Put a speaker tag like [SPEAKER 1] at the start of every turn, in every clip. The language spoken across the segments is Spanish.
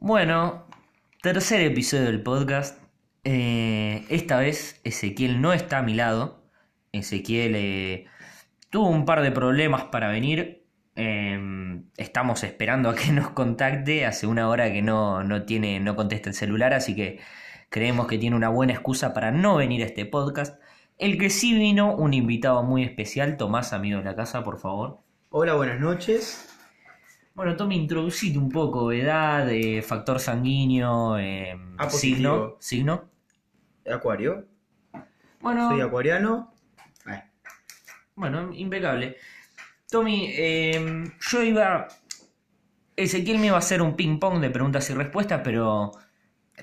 [SPEAKER 1] Bueno, tercer episodio del podcast. Eh, esta vez Ezequiel no está a mi lado. Ezequiel eh, tuvo un par de problemas para venir. Eh, estamos esperando a que nos contacte. Hace una hora que no, no, tiene, no contesta el celular, así que creemos que tiene una buena excusa para no venir a este podcast. El que sí vino, un invitado muy especial, Tomás, amigo de la casa, por favor.
[SPEAKER 2] Hola, buenas noches.
[SPEAKER 1] Bueno, Tommy, introducite un poco, edad, eh, factor sanguíneo, eh,
[SPEAKER 2] A Ah, positivo.
[SPEAKER 1] signo, signo.
[SPEAKER 2] Acuario.
[SPEAKER 1] Bueno,
[SPEAKER 2] Soy acuariano.
[SPEAKER 1] bueno, impecable. Tommy, eh, yo iba... Ezequiel me iba a hacer un ping-pong de preguntas y respuestas, pero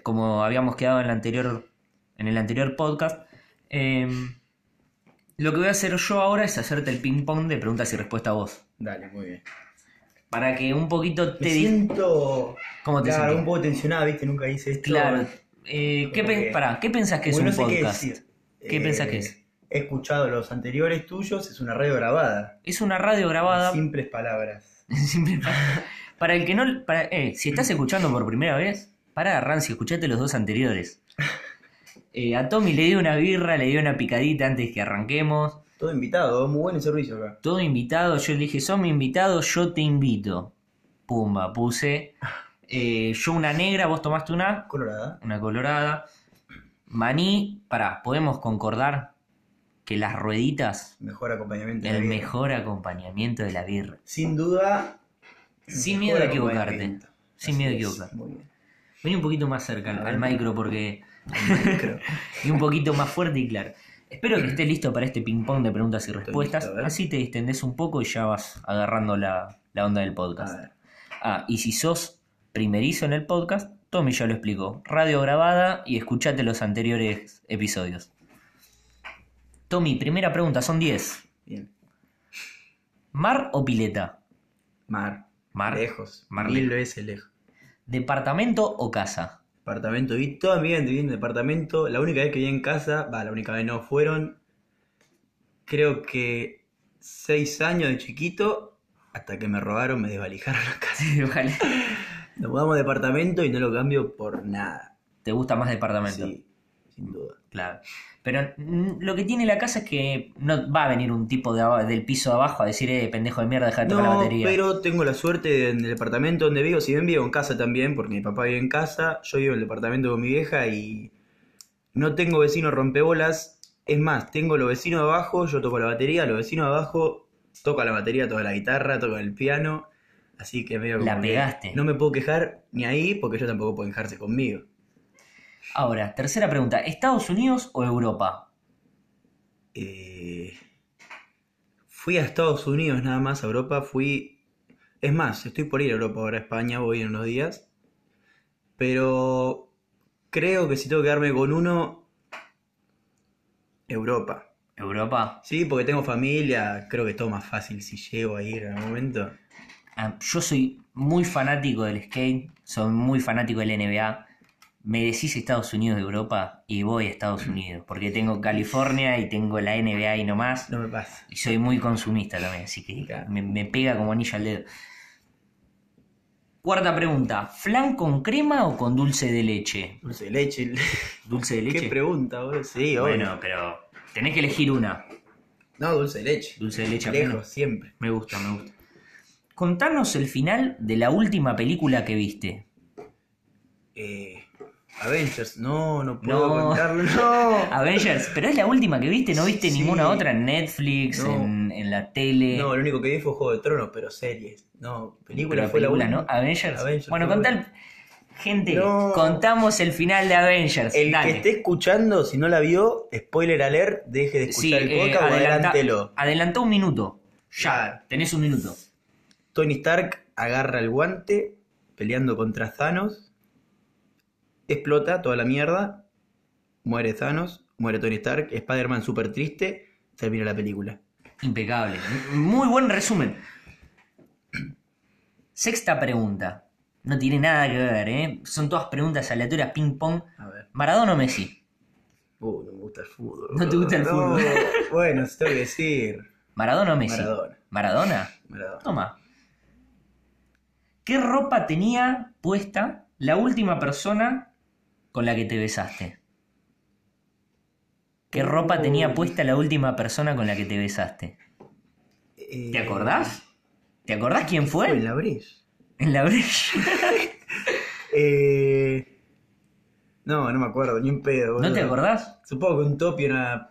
[SPEAKER 1] como habíamos quedado en, la anterior, en el anterior podcast, eh, lo que voy a hacer yo ahora es hacerte el ping-pong de preguntas y respuestas a vos.
[SPEAKER 2] Dale, muy bien.
[SPEAKER 1] Para que un poquito te...
[SPEAKER 2] Me
[SPEAKER 1] di-
[SPEAKER 2] siento
[SPEAKER 1] ¿Cómo te
[SPEAKER 2] claro,
[SPEAKER 1] sentís?
[SPEAKER 2] un poco tensionado, viste, nunca hice esto.
[SPEAKER 1] Claro. Eh, ¿qué,
[SPEAKER 2] Como
[SPEAKER 1] pen-
[SPEAKER 2] que-
[SPEAKER 1] pará, ¿Qué pensás que es
[SPEAKER 2] Como
[SPEAKER 1] un
[SPEAKER 2] no sé
[SPEAKER 1] podcast?
[SPEAKER 2] qué decir. Eh,
[SPEAKER 1] ¿Qué pensás que es?
[SPEAKER 2] He escuchado los anteriores tuyos, es una radio grabada.
[SPEAKER 1] Es una radio grabada.
[SPEAKER 2] En Simples palabras.
[SPEAKER 1] Simple pa- para el que no. Para, eh, si estás escuchando por primera vez, pará, Rancy, escuchate los dos anteriores. Eh, a Tommy le di una birra, le di una picadita antes que arranquemos.
[SPEAKER 2] Todo invitado, muy buen servicio acá.
[SPEAKER 1] Todo invitado, yo le dije, son mi invitado, yo te invito. Pumba, puse. eh, yo una negra, vos tomaste una,
[SPEAKER 2] Colorada.
[SPEAKER 1] una colorada. Maní, pará, podemos concordar que las rueditas,
[SPEAKER 2] Mejor acompañamiento. de
[SPEAKER 1] el
[SPEAKER 2] la vida.
[SPEAKER 1] mejor acompañamiento de la birra.
[SPEAKER 2] Sin duda.
[SPEAKER 1] Sin
[SPEAKER 2] mejor
[SPEAKER 1] miedo a equivocarte.
[SPEAKER 2] acompañamiento.
[SPEAKER 1] Sin
[SPEAKER 2] Así
[SPEAKER 1] miedo a
[SPEAKER 2] es,
[SPEAKER 1] equivocarte.
[SPEAKER 2] Muy bien.
[SPEAKER 1] Vení un poquito más cerca al,
[SPEAKER 2] A
[SPEAKER 1] al
[SPEAKER 2] ver.
[SPEAKER 1] micro porque.
[SPEAKER 2] Creo.
[SPEAKER 1] y un poquito más fuerte y claro. Espero que estés listo para este ping-pong de preguntas y respuestas.
[SPEAKER 2] listo, a ver.
[SPEAKER 1] Así te distendés un poco y ya vas agarrando la, la onda del
[SPEAKER 2] A
[SPEAKER 1] podcast.
[SPEAKER 2] ver.
[SPEAKER 1] Ah, y si sos primerizo en el podcast, Tommy ya lo explicó. Radio grabada y escuchate los anteriores episodios. Tommy, primera pregunta, son 10.
[SPEAKER 2] Bien.
[SPEAKER 1] ¿Mar o pileta?
[SPEAKER 2] Mar.
[SPEAKER 1] Mar.
[SPEAKER 2] Lejos.
[SPEAKER 1] Mar
[SPEAKER 2] Mil
[SPEAKER 1] lejos.
[SPEAKER 2] veces lejos.
[SPEAKER 1] ¿Departamento o casa?
[SPEAKER 2] Departamento, vi toda mi vida viviendo en departamento. La única vez que viví en casa, va, la única vez no fueron, creo que seis años de chiquito, hasta que me robaron, me desvalijaron la casa.
[SPEAKER 1] Vale.
[SPEAKER 2] Nos mudamos de departamento y no lo cambio por nada.
[SPEAKER 1] ¿Te gusta más departamento?
[SPEAKER 2] Sí, sin duda.
[SPEAKER 1] Claro. Pero mm, lo que tiene la casa es que no va a venir un tipo de aba- del piso de abajo a decir, eh, pendejo de mierda, deja de tocar la
[SPEAKER 2] No,
[SPEAKER 1] batería.
[SPEAKER 2] pero tengo la suerte de- en el departamento donde vivo, si bien vivo en casa también, porque mi papá vive en casa, yo vivo en el departamento con mi vieja y no tengo vecinos rompebolas. Es más, tengo los vecinos de abajo, yo toco la batería, los vecinos de abajo tocan la batería, tocan la guitarra, tocan el piano, así que medio como
[SPEAKER 1] La
[SPEAKER 2] que
[SPEAKER 1] pegaste.
[SPEAKER 2] No me puedo quejar ni ahí porque ellos tampoco pueden quejarse conmigo.
[SPEAKER 1] Ahora, tercera pregunta, ¿Estados Unidos o Europa?
[SPEAKER 2] Eh, fui a Estados Unidos nada más, a Europa, fui... Es más, estoy por ir a Europa ahora, a España, voy en unos días. Pero creo que si tengo que quedarme con uno, Europa.
[SPEAKER 1] Europa.
[SPEAKER 2] Sí, porque tengo familia, creo que es todo más fácil si llego a ir en algún momento.
[SPEAKER 1] Ah, yo soy muy fanático del skate, soy muy fanático del NBA. Me decís Estados Unidos, Europa y voy a Estados Unidos, porque tengo California y tengo la NBA y nomás.
[SPEAKER 2] No me pasa.
[SPEAKER 1] Y soy muy consumista también, así que
[SPEAKER 2] Claro.
[SPEAKER 1] me, me pega como anillo al dedo. Cuarta pregunta, ¿flan con crema o con dulce de leche?
[SPEAKER 2] Dulce de leche.
[SPEAKER 1] ¿Dulce de
[SPEAKER 2] ¿Qué
[SPEAKER 1] leche?
[SPEAKER 2] pregunta, boludo? Sí, obvio.
[SPEAKER 1] bueno, pero tenés que elegir una.
[SPEAKER 2] No, dulce de leche.
[SPEAKER 1] Dulce de leche
[SPEAKER 2] Lejos,
[SPEAKER 1] apenas.
[SPEAKER 2] siempre.
[SPEAKER 1] Me gusta, me gusta. Contanos el final de la última película que viste.
[SPEAKER 2] Eh, Avengers, no, no puedo
[SPEAKER 1] No.
[SPEAKER 2] contarlo. No.
[SPEAKER 1] Avengers, pero es la última que viste, no viste
[SPEAKER 2] Sí.
[SPEAKER 1] ninguna otra en Netflix,
[SPEAKER 2] No.
[SPEAKER 1] en, en la tele.
[SPEAKER 2] No, lo único que vi fue Juego de Tronos, pero series. No, película
[SPEAKER 1] Pero
[SPEAKER 2] fue
[SPEAKER 1] película,
[SPEAKER 2] la
[SPEAKER 1] ¿no? Ah,
[SPEAKER 2] única.
[SPEAKER 1] Avengers.
[SPEAKER 2] Avengers,
[SPEAKER 1] bueno,
[SPEAKER 2] fue
[SPEAKER 1] contá
[SPEAKER 2] la
[SPEAKER 1] el- Gente,
[SPEAKER 2] No.
[SPEAKER 1] contamos el final de Avengers.
[SPEAKER 2] El
[SPEAKER 1] dale.
[SPEAKER 2] que esté escuchando, si no la vio, spoiler alert, deje de
[SPEAKER 1] Sí,
[SPEAKER 2] escuchar el
[SPEAKER 1] eh,
[SPEAKER 2] podcast o
[SPEAKER 1] adelanta-
[SPEAKER 2] adelántelo.
[SPEAKER 1] adelantá un minuto. Ya,
[SPEAKER 2] Claro.
[SPEAKER 1] tenés un minuto.
[SPEAKER 2] Tony Stark agarra el guante peleando contra Thanos. Explota toda la mierda. Muere Thanos, muere Tony Stark, Spider-Man súper triste. Termina la película.
[SPEAKER 1] Impecable. Muy buen resumen. Sexta pregunta. No tiene nada que ver, ¿eh? Son todas preguntas aleatorias, ping-pong.
[SPEAKER 2] A ver.
[SPEAKER 1] Maradona o Messi.
[SPEAKER 2] Uh, no me gusta el fútbol.
[SPEAKER 1] No te gusta el
[SPEAKER 2] No,
[SPEAKER 1] fútbol.
[SPEAKER 2] bueno, se tengo que decir.
[SPEAKER 1] Maradona o Messi.
[SPEAKER 2] Maradona.
[SPEAKER 1] Maradona.
[SPEAKER 2] Maradona.
[SPEAKER 1] Toma. ¿Qué ropa tenía puesta La última persona con la que te besaste. ¿Qué ropa tenía puesta la última persona con la que te besaste?
[SPEAKER 2] Eh,
[SPEAKER 1] ¿Te acordás? ¿Te acordás quién fue?
[SPEAKER 2] En la Breche.
[SPEAKER 1] En la brecha.
[SPEAKER 2] Eh, no, no me acuerdo, ni un
[SPEAKER 1] ¿No
[SPEAKER 2] pedo. boludo.
[SPEAKER 1] te acordás?
[SPEAKER 2] Supongo que un top y una.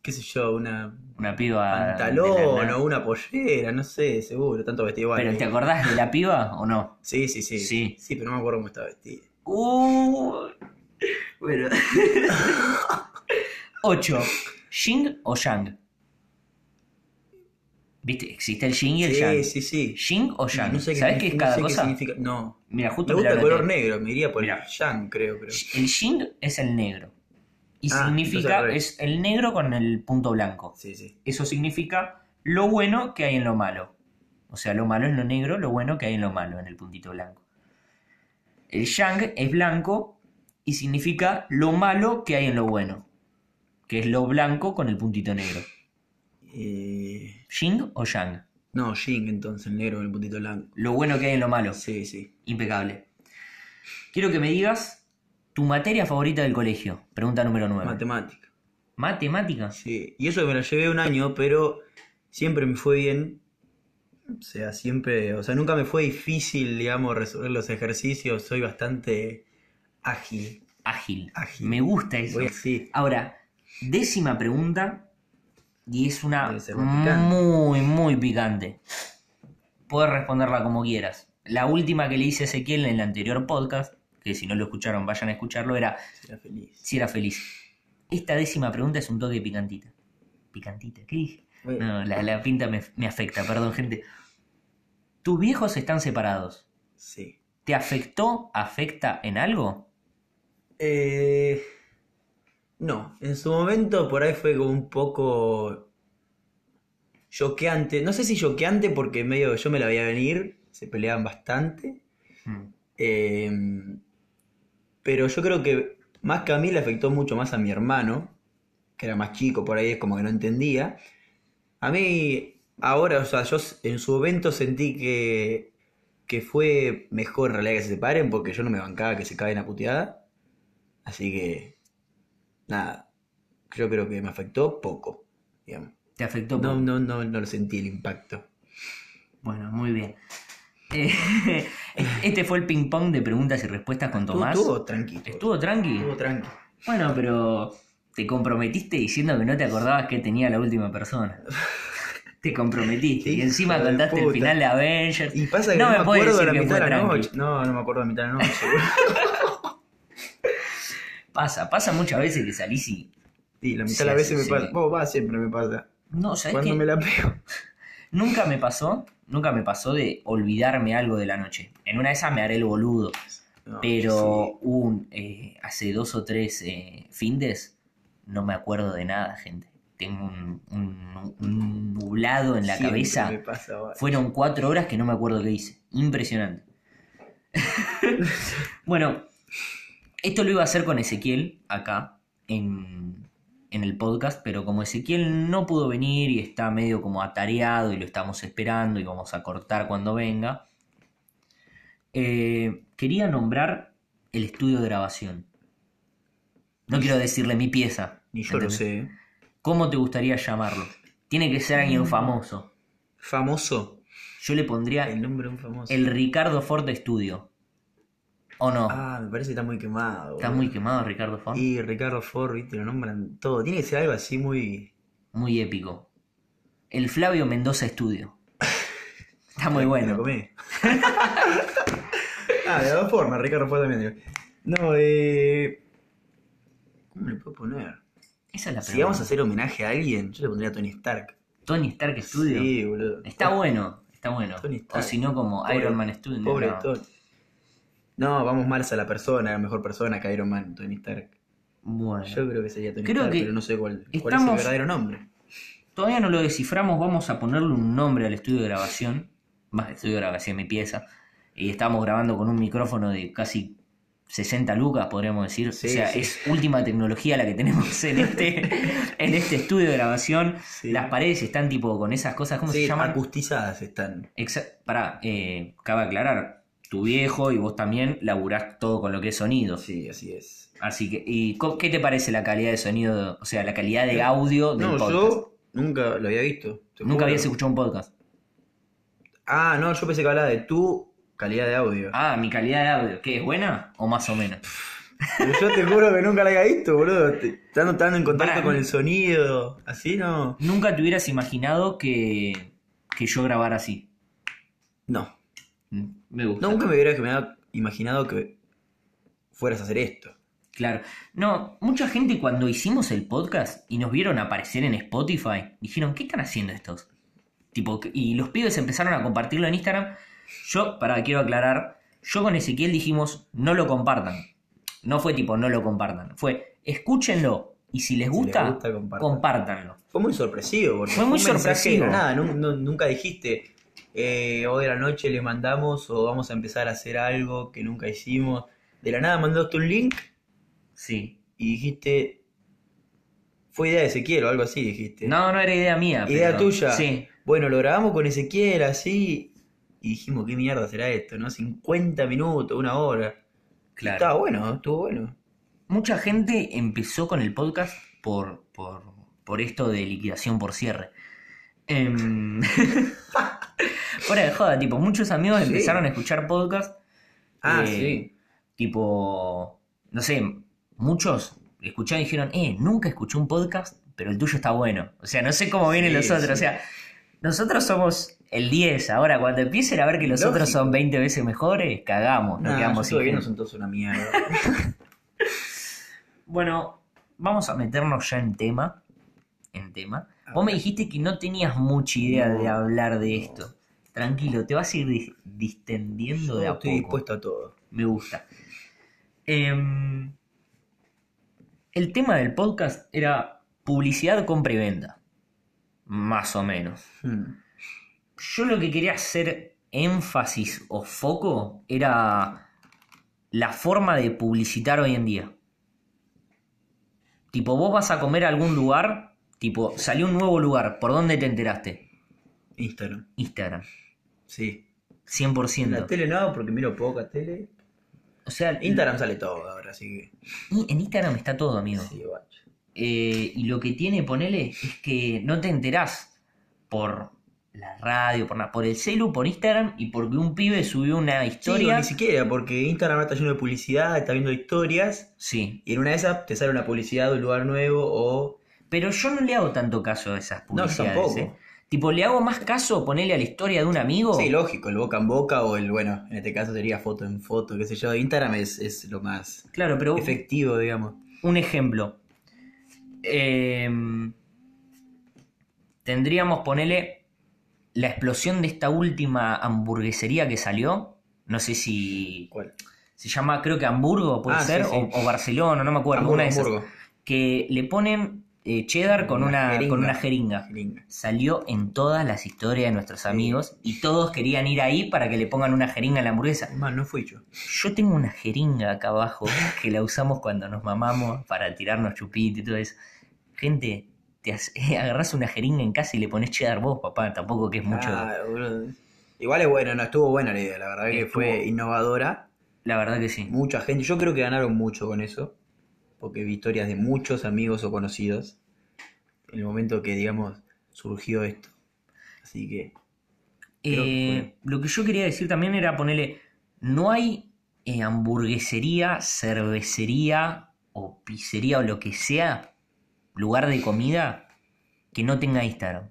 [SPEAKER 2] qué sé yo, una
[SPEAKER 1] Una piba. Ah, de la
[SPEAKER 2] pantalón
[SPEAKER 1] nada.
[SPEAKER 2] o una pollera, no sé, seguro, tanto vestido igual. ¿eh?
[SPEAKER 1] ¿Pero te acordás de la piba o no?
[SPEAKER 2] Sí, sí, sí.
[SPEAKER 1] Sí.
[SPEAKER 2] Sí, pero no me acuerdo cómo estaba vestido.
[SPEAKER 1] Uh, bueno. 8. ¿Ying o Yang? ¿Viste? Existe el Ying y el
[SPEAKER 2] Sí,
[SPEAKER 1] Yang.
[SPEAKER 2] sí, sí.
[SPEAKER 1] ¿Ying o Yang?
[SPEAKER 2] No sé
[SPEAKER 1] ¿Sabés qué es
[SPEAKER 2] significa-
[SPEAKER 1] cada
[SPEAKER 2] no sé qué
[SPEAKER 1] cosa?
[SPEAKER 2] significa- No.
[SPEAKER 1] Mira, justo
[SPEAKER 2] Me gusta
[SPEAKER 1] lo
[SPEAKER 2] el color
[SPEAKER 1] anoté.
[SPEAKER 2] negro, me iría por
[SPEAKER 1] Mirá.
[SPEAKER 2] el yang, creo, pero.
[SPEAKER 1] El Ying es el negro. Y
[SPEAKER 2] Ah, entonces al
[SPEAKER 1] significa,
[SPEAKER 2] revés.
[SPEAKER 1] es el negro con el punto blanco.
[SPEAKER 2] Sí, sí.
[SPEAKER 1] Eso significa lo bueno que hay en lo malo. O sea, lo malo es lo negro, lo bueno que hay en lo malo, en el puntito blanco. El yang es blanco y significa lo malo que hay en lo bueno, que es lo blanco con el puntito negro.
[SPEAKER 2] Eh,
[SPEAKER 1] Ying o yang,
[SPEAKER 2] No, Jing, entonces, el negro con el puntito blanco.
[SPEAKER 1] lo bueno que hay en lo malo.
[SPEAKER 2] Sí, sí.
[SPEAKER 1] Impecable. Quiero que me digas tu materia favorita del colegio. Pregunta número 9.
[SPEAKER 2] Matemática.
[SPEAKER 1] Matemáticas.
[SPEAKER 2] Sí. Y eso que me lo llevé un año, pero siempre me fue bien. O sea, siempre. O sea, nunca me fue difícil, digamos, resolver los ejercicios. Soy bastante ágil.
[SPEAKER 1] Ágil.
[SPEAKER 2] Ágil.
[SPEAKER 1] Me gusta eso.
[SPEAKER 2] Voy así.
[SPEAKER 1] Ahora, décima pregunta. Y es una
[SPEAKER 2] Debe ser muy picante.
[SPEAKER 1] muy, muy picante. Puedes responderla como quieras. La última que le hice a Ezequiel en el anterior podcast, que si no lo escucharon, vayan a escucharlo, era
[SPEAKER 2] Será feliz.
[SPEAKER 1] si era feliz. Esta décima pregunta es un toque picantita. ¿Picantita? ¿Qué dije?
[SPEAKER 2] Bueno,
[SPEAKER 1] No, la, la pinta me, me afecta, perdón, gente. Tus viejos están separados.
[SPEAKER 2] Sí.
[SPEAKER 1] ¿Te afectó? ¿Afecta en algo?
[SPEAKER 2] Eh, no, en su momento por ahí fue como un poco choqueante. No sé si choqueante porque medio yo me la veía venir, se peleaban bastante.
[SPEAKER 1] Mm.
[SPEAKER 2] Eh, pero yo creo que más que a mí le afectó mucho más a mi hermano, que era más chico, por ahí es como que no entendía. A mí, ahora, o sea, yo s- en su momento sentí que, que fue mejor en realidad que se separen, porque yo no me bancaba que se caguen a puteada. Así que, nada, yo creo que me afectó poco, digamos.
[SPEAKER 1] ¿Te afectó?
[SPEAKER 2] No,
[SPEAKER 1] poco?
[SPEAKER 2] no, no, no lo sentí el impacto.
[SPEAKER 1] Bueno, muy bien. Eh, este fue el ping-pong de preguntas y respuestas con
[SPEAKER 2] Estuvo-
[SPEAKER 1] Tomás.
[SPEAKER 2] Estuvo tranquilo.
[SPEAKER 1] ¿Estuvo tranqui?
[SPEAKER 2] Estuvo tranqui.
[SPEAKER 1] Bueno, pero te comprometiste diciendo que no te acordabas que tenía la última persona. Te comprometiste y
[SPEAKER 2] Hijo
[SPEAKER 1] encima
[SPEAKER 2] de
[SPEAKER 1] contaste el
[SPEAKER 2] puta.
[SPEAKER 1] final de Avengers.
[SPEAKER 2] Y pasa que
[SPEAKER 1] No
[SPEAKER 2] no,
[SPEAKER 1] me
[SPEAKER 2] me,
[SPEAKER 1] puede
[SPEAKER 2] acuerdo de
[SPEAKER 1] decir
[SPEAKER 2] la
[SPEAKER 1] que
[SPEAKER 2] mitad
[SPEAKER 1] fue
[SPEAKER 2] de la
[SPEAKER 1] tranqui.
[SPEAKER 2] noche. No, no me acuerdo de la mitad de la noche. seguro.
[SPEAKER 1] Pasa, pasa muchas veces que salís y.
[SPEAKER 2] Sí, la mitad
[SPEAKER 1] Sí,
[SPEAKER 2] de las
[SPEAKER 1] sí,
[SPEAKER 2] veces me
[SPEAKER 1] sí.
[SPEAKER 2] pasa. Vos, va, siempre me pasa.
[SPEAKER 1] No, ¿sabés
[SPEAKER 2] Cuando
[SPEAKER 1] qué?
[SPEAKER 2] me la pego.
[SPEAKER 1] Nunca me pasó, nunca me pasó de olvidarme algo de la noche. En una de esas me haré el boludo.
[SPEAKER 2] No,
[SPEAKER 1] Pero un, eh, hace dos o tres eh, findes no me acuerdo de nada, gente. Tengo un, un- un nublado
[SPEAKER 2] sí,
[SPEAKER 1] en la
[SPEAKER 2] siempre
[SPEAKER 1] cabeza.
[SPEAKER 2] me pasa, va.
[SPEAKER 1] Fueron cuatro horas que no me acuerdo qué hice. Impresionante. bueno, esto lo iba a hacer con Ezequiel acá en, en el podcast, pero como Ezequiel no pudo venir y está medio como atareado y lo estamos esperando y vamos a cortar cuando venga, eh, quería nombrar el estudio de grabación. No quiero decirle mi pieza.
[SPEAKER 2] Ni yo lo
[SPEAKER 1] ¿entendés?
[SPEAKER 2] sé. ¿eh?
[SPEAKER 1] ¿Cómo te gustaría llamarlo? Tiene que ser alguien famoso.
[SPEAKER 2] Famoso.
[SPEAKER 1] Yo le pondría
[SPEAKER 2] El nombre de un famoso.
[SPEAKER 1] Ah, el Ricardo Ford Studio. ¿O no?
[SPEAKER 2] Ah, me parece que está muy quemado.
[SPEAKER 1] Está
[SPEAKER 2] boludo.
[SPEAKER 1] muy quemado Ricardo Ford.
[SPEAKER 2] Y Ricardo Ford, viste, lo nombran todo. Tiene que ser algo así muy.
[SPEAKER 1] Muy épico. El Flavio Mendoza Studio. Está muy
[SPEAKER 2] Me la
[SPEAKER 1] bueno.
[SPEAKER 2] comí. ah, de las dos formas, Ricardo Ford también. digo. No, eh. ¿Cómo le puedo poner?
[SPEAKER 1] Esa es la
[SPEAKER 2] Si
[SPEAKER 1] pregunta.
[SPEAKER 2] vamos a hacer homenaje a alguien, yo le pondría a Tony Stark.
[SPEAKER 1] Tony Stark Studio.
[SPEAKER 2] Sí, boludo.
[SPEAKER 1] Está bueno, está bueno.
[SPEAKER 2] Tony
[SPEAKER 1] O
[SPEAKER 2] Stark.
[SPEAKER 1] si no, como
[SPEAKER 2] Pobre-
[SPEAKER 1] Iron Man Studio.
[SPEAKER 2] Pobre
[SPEAKER 1] no.
[SPEAKER 2] Tony. No, vamos mal a la persona, la mejor persona que Iron Man, Tony Stark.
[SPEAKER 1] Bueno.
[SPEAKER 2] Yo creo que sería Tony
[SPEAKER 1] Creo
[SPEAKER 2] Stark,
[SPEAKER 1] que
[SPEAKER 2] pero no sé cuál, cuál es el
[SPEAKER 1] estamos-
[SPEAKER 2] verdadero nombre.
[SPEAKER 1] Todavía no lo desciframos, vamos a ponerle un nombre al estudio de grabación. Más estudio de grabación, mi pieza. Y estamos grabando con un micrófono de casi 60 lucas, podríamos decir.
[SPEAKER 2] Sí,
[SPEAKER 1] o sea,
[SPEAKER 2] sí.
[SPEAKER 1] es última tecnología la que tenemos en este, en este estudio de grabación.
[SPEAKER 2] Sí.
[SPEAKER 1] Las paredes están tipo con esas cosas, ¿cómo
[SPEAKER 2] Sí,
[SPEAKER 1] se llaman?
[SPEAKER 2] acustizadas están.
[SPEAKER 1] Exa- Pará, eh, cabe aclarar. tu viejo y vos también laburás todo con lo que es sonido.
[SPEAKER 2] Sí, así es.
[SPEAKER 1] Así que, ¿y co- qué te parece la calidad de sonido? O sea, la calidad de audio del
[SPEAKER 2] No,
[SPEAKER 1] podcast.
[SPEAKER 2] yo nunca lo había visto. te juro.
[SPEAKER 1] Nunca habías escuchado un podcast.
[SPEAKER 2] Ah, no, yo pensé que hablaba de tu calidad de audio.
[SPEAKER 1] Ah, mi calidad de audio, ¿qué es buena o más o menos?
[SPEAKER 2] Yo te juro que nunca la había visto, boludo. Te- Estando, estando en contacto
[SPEAKER 1] Pará.
[SPEAKER 2] con el sonido. Así no.
[SPEAKER 1] Nunca te hubieras imaginado que, que yo grabara así.
[SPEAKER 2] No.
[SPEAKER 1] Mm, Me gusta.
[SPEAKER 2] Nunca me hubiera imaginado- imaginado que fueras a hacer esto.
[SPEAKER 1] Claro. No, mucha gente cuando hicimos el podcast y nos vieron aparecer en Spotify, dijeron, ¿qué están haciendo estos? Tipo, que- y los pibes empezaron a compartirlo en Instagram. Yo, para quiero aclarar, yo con Ezequiel dijimos, no lo compartan. No fue tipo, no lo compartan. Fue, escúchenlo y si les
[SPEAKER 2] Si les
[SPEAKER 1] gusta,
[SPEAKER 2] gusta, compartan.
[SPEAKER 1] compártanlo.
[SPEAKER 2] Fue muy sorpresivo, porque
[SPEAKER 1] Fue muy
[SPEAKER 2] un mensaje de
[SPEAKER 1] sorpresivo.
[SPEAKER 2] la Nada, nu- nu- nunca dijiste, eh, hoy de la noche le mandamos o vamos a empezar a hacer algo que nunca hicimos. De la nada mandaste un link
[SPEAKER 1] Sí.
[SPEAKER 2] y dijiste, fue idea de Ezequiel o algo así, dijiste.
[SPEAKER 1] No, no era idea mía.
[SPEAKER 2] Idea
[SPEAKER 1] pero-
[SPEAKER 2] tuya.
[SPEAKER 1] Sí.
[SPEAKER 2] Bueno, lo grabamos con Ezequiel así y dijimos, ¿qué mierda será esto? ¿No? 50 minutos, una hora.
[SPEAKER 1] Claro.
[SPEAKER 2] Estaba bueno, estuvo bueno.
[SPEAKER 1] Mucha gente empezó con el podcast por, por, por esto de liquidación por cierre. Em, Fuera de joda, tipo, muchos amigos
[SPEAKER 2] Sí.
[SPEAKER 1] empezaron a escuchar podcast.
[SPEAKER 2] Ah,
[SPEAKER 1] eh,
[SPEAKER 2] sí.
[SPEAKER 1] Tipo, no sé, muchos escucharon y dijeron, eh, nunca escuché un podcast, pero el tuyo está bueno. O sea, no sé cómo vienen
[SPEAKER 2] Sí,
[SPEAKER 1] los otros.
[SPEAKER 2] sí.
[SPEAKER 1] O sea, nosotros somos el 10 ahora. Cuando empiecen a ver que los otros
[SPEAKER 2] Lógico.
[SPEAKER 1] son 20 veces mejores, cagamos, nos
[SPEAKER 2] Nah,
[SPEAKER 1] quedamos
[SPEAKER 2] yo
[SPEAKER 1] sin
[SPEAKER 2] todavía no
[SPEAKER 1] gente.
[SPEAKER 2] son todos una mierda.
[SPEAKER 1] Bueno, vamos a meternos ya en tema. En tema. Vos me dijiste que no tenías mucha idea de
[SPEAKER 2] No,
[SPEAKER 1] hablar de
[SPEAKER 2] no.
[SPEAKER 1] esto. Tranquilo, te vas a ir dis- distendiendo
[SPEAKER 2] Yo
[SPEAKER 1] de a
[SPEAKER 2] estoy
[SPEAKER 1] poco.
[SPEAKER 2] dispuesto a todo.
[SPEAKER 1] Me gusta. Em, el tema del podcast era publicidad, compra y venta. Más o menos.
[SPEAKER 2] Hmm.
[SPEAKER 1] Yo lo que quería hacer énfasis o foco era la forma de publicitar hoy en día. Tipo, vos vas a comer a algún lugar, tipo, salió un nuevo lugar, ¿por dónde te enteraste?
[SPEAKER 2] Instagram,
[SPEAKER 1] Instagram,
[SPEAKER 2] sí. La
[SPEAKER 1] 100%.
[SPEAKER 2] tele no, porque miro poca tele.
[SPEAKER 1] O sea,
[SPEAKER 2] Instagram sale todo ahora, así
[SPEAKER 1] y en Instagram está todo,
[SPEAKER 2] que.
[SPEAKER 1] amigo.
[SPEAKER 2] Sí, guacho.
[SPEAKER 1] Eh, y lo que tiene, ponele, es que no te enterás por la radio, por, nada, por el celu, por Instagram y porque un pibe subió una
[SPEAKER 2] Sí, o
[SPEAKER 1] historia.
[SPEAKER 2] ni siquiera, porque Instagram ahora está lleno de publicidad, está viendo historias,
[SPEAKER 1] sí.
[SPEAKER 2] y en una de esas te sale una publicidad de un lugar nuevo o.
[SPEAKER 1] Pero yo no le hago tanto caso a esas
[SPEAKER 2] No, yo
[SPEAKER 1] publicidades.
[SPEAKER 2] tampoco.
[SPEAKER 1] ¿eh? Tipo, le hago más caso ponerle a la historia de un amigo.
[SPEAKER 2] Sí, lógico, el boca en boca o el, bueno, en este caso sería foto en foto, qué sé yo. Instagram es, es lo más
[SPEAKER 1] claro, pero
[SPEAKER 2] efectivo, digamos.
[SPEAKER 1] un ejemplo. Em, tendríamos, ponele, la explosión de esta última hamburguesería que salió. No sé si
[SPEAKER 2] ¿Cuál?
[SPEAKER 1] se llama, creo que Hamburgo, puede
[SPEAKER 2] Ah, sí,
[SPEAKER 1] ser,
[SPEAKER 2] sí.
[SPEAKER 1] O, o Barcelona, no me acuerdo.
[SPEAKER 2] Hamburgo,
[SPEAKER 1] una de esas.
[SPEAKER 2] Hamburgo.
[SPEAKER 1] Que le ponen eh, cheddar con
[SPEAKER 2] Una
[SPEAKER 1] una, con
[SPEAKER 2] jeringa.
[SPEAKER 1] una jeringa.
[SPEAKER 2] Gringa.
[SPEAKER 1] salió en todas las historias de nuestros amigos y todos querían ir ahí para que le pongan una jeringa en la hamburguesa.
[SPEAKER 2] Más, no fui yo.
[SPEAKER 1] Yo tengo una jeringa acá abajo que la usamos cuando nos mamamos para tirarnos chupitos y todo eso. Gente, te hace- agarrás una jeringa en casa y le pones cheddar vos, papá. Tampoco que es mucho.
[SPEAKER 2] Ah, boludo. Igual es bueno, no, estuvo buena la idea, la verdad que
[SPEAKER 1] Estuvo-
[SPEAKER 2] fue innovadora.
[SPEAKER 1] La verdad que sí.
[SPEAKER 2] Mucha gente, yo creo que ganaron mucho con eso, porque vi historias de muchos amigos o conocidos en el momento que, digamos, surgió esto. Así que, creo que
[SPEAKER 1] Eh, lo que yo quería decir también era ponerle, no hay eh, hamburguesería, cervecería o pizzería o lo que sea, lugar de comida que no tenga Instagram.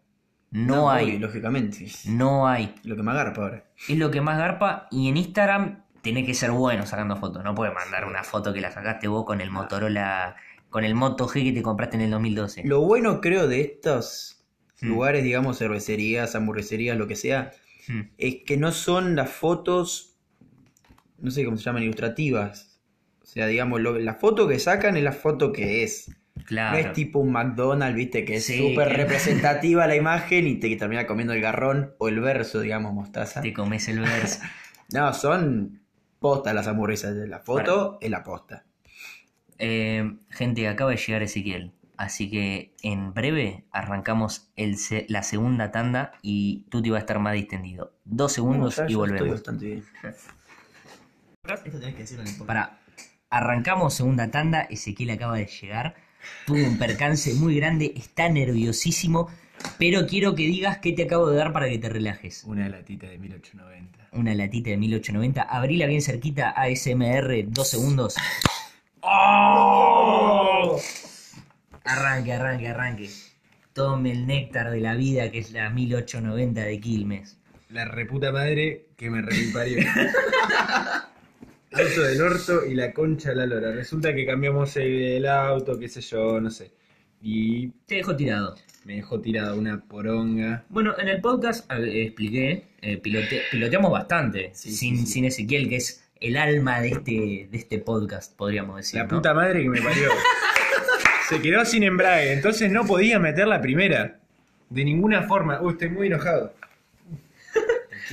[SPEAKER 1] No, hay,
[SPEAKER 2] obvio, lógicamente, es
[SPEAKER 1] no hay.
[SPEAKER 2] lo que me agarpa ahora.
[SPEAKER 1] Es lo que más garpa y en Instagram tenés que ser bueno sacando fotos. No puedes mandar una foto que la sacaste vos con el Motorola, con el Moto G que te compraste en el 2012.
[SPEAKER 2] Lo bueno, creo, de estos
[SPEAKER 1] Mm.
[SPEAKER 2] lugares, digamos, cervecerías, hamburgueserías, lo que sea,
[SPEAKER 1] Hmm.
[SPEAKER 2] es que no son las fotos, no sé cómo se llaman, ilustrativas. O sea, digamos, lo- la foto que sacan es la foto que es.
[SPEAKER 1] Claro.
[SPEAKER 2] No es tipo un McDonald's, viste, que es
[SPEAKER 1] Sí,
[SPEAKER 2] súper
[SPEAKER 1] que-
[SPEAKER 2] representativa la imagen y te que termina comiendo el garrón o el verso, digamos, mostaza.
[SPEAKER 1] Te comes el verso.
[SPEAKER 2] No, son postas las hamburguesas. La foto es la posta.
[SPEAKER 1] Eh, gente, acaba de llegar Ezequiel. Así que en breve arrancamos el se- la segunda tanda y Tuti va a estar más distendido. Dos
[SPEAKER 2] No,
[SPEAKER 1] segundos
[SPEAKER 2] ya-
[SPEAKER 1] y
[SPEAKER 2] ya estoy
[SPEAKER 1] volvemos.
[SPEAKER 2] bastante bien.
[SPEAKER 1] podcast.
[SPEAKER 3] Esto tenés que decirlo en el podcast.
[SPEAKER 1] Para, arrancamos segunda tanda, Ezequiel acaba de llegar, tuvo un percance muy grande, está nerviosísimo, pero quiero que digas qué te acabo de dar para que te relajes.
[SPEAKER 3] Una latita de 1890.
[SPEAKER 1] Una latita de 1890, abrila bien cerquita, ASMR, dos segundos.
[SPEAKER 3] ¡Oh!
[SPEAKER 1] Arranque, arranque, arranque. Tome el néctar de la vida que es la 1890 de Quilmes.
[SPEAKER 3] La reputa madre que me reparió. auto del orto y la concha de la lora. Resulta que cambiamos el auto, qué sé yo, no sé. Y
[SPEAKER 1] Te dejo tirado.
[SPEAKER 3] me dejó tirada una poronga.
[SPEAKER 1] Bueno, en el podcast a- eh, expliqué, eh, pilote- piloteamos bastante,
[SPEAKER 3] Sí,
[SPEAKER 1] sin,
[SPEAKER 3] sí, sí.
[SPEAKER 1] sin Ezequiel, que es el alma de este, de este podcast, podríamos decir.
[SPEAKER 3] la
[SPEAKER 1] ¿no?
[SPEAKER 3] puta madre que me parió. Se quedó sin embrague, entonces no podía meter la primera. De ninguna forma. Uy, estoy muy enojado.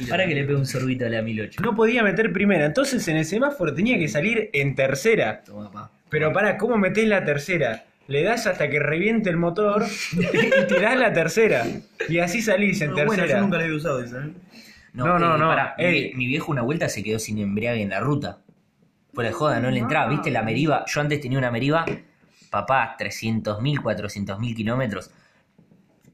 [SPEAKER 1] Para que le pegue un sorbito a la 1008.
[SPEAKER 3] No podía meter primera, entonces en el semáforo tenía que salir en tercera.
[SPEAKER 1] Toma, pa.
[SPEAKER 3] Pero para, ¿cómo metés la tercera? Le das hasta que reviente el motor y tirás la tercera. Y así salís en
[SPEAKER 2] Bueno, bueno, yo
[SPEAKER 3] tercera.
[SPEAKER 2] nunca la había usado esa. ¿eh?
[SPEAKER 1] No,
[SPEAKER 3] No,
[SPEAKER 1] eh,
[SPEAKER 3] no, no,
[SPEAKER 1] pará, mi
[SPEAKER 3] ey.
[SPEAKER 1] vie- mi viejo una vuelta se quedó sin embriague en la ruta. Por la joda, no le entraba. ¿Viste la meriva? Yo antes tenía una meriva, papá, 300.000, 400.000 kilómetros.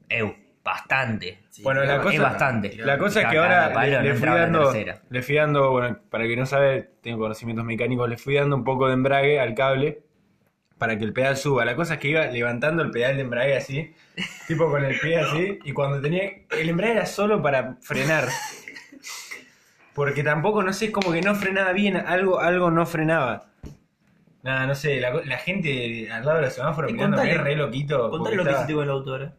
[SPEAKER 1] Eu, bastante.
[SPEAKER 3] Sí, Bueno, la
[SPEAKER 1] es
[SPEAKER 3] cosa,
[SPEAKER 1] bastante.
[SPEAKER 3] La cosa es que
[SPEAKER 1] Cagada,
[SPEAKER 3] ahora
[SPEAKER 1] palo,
[SPEAKER 3] le,
[SPEAKER 1] no
[SPEAKER 3] le fui
[SPEAKER 1] entraba la
[SPEAKER 3] dando,
[SPEAKER 1] tercera.
[SPEAKER 3] le fui dando, bueno, para que no sabe, tengo conocimientos mecánicos, le fui dando un poco de embrague al cable para que el pedal suba. La cosa es que iba levantando el pedal de embrague así, tipo con el pie así, y cuando tenía, el embrague era solo para frenar. Porque tampoco, no sé, es como que no frenaba bien, algo, algo no frenaba. Nada, no sé, la, co- la gente al lado de los semáforos
[SPEAKER 2] Y
[SPEAKER 3] mirándome
[SPEAKER 2] contale-
[SPEAKER 3] re loquito.
[SPEAKER 2] Contale
[SPEAKER 3] porque
[SPEAKER 2] lo que
[SPEAKER 3] estaba-
[SPEAKER 2] hiciste con el auto ahora.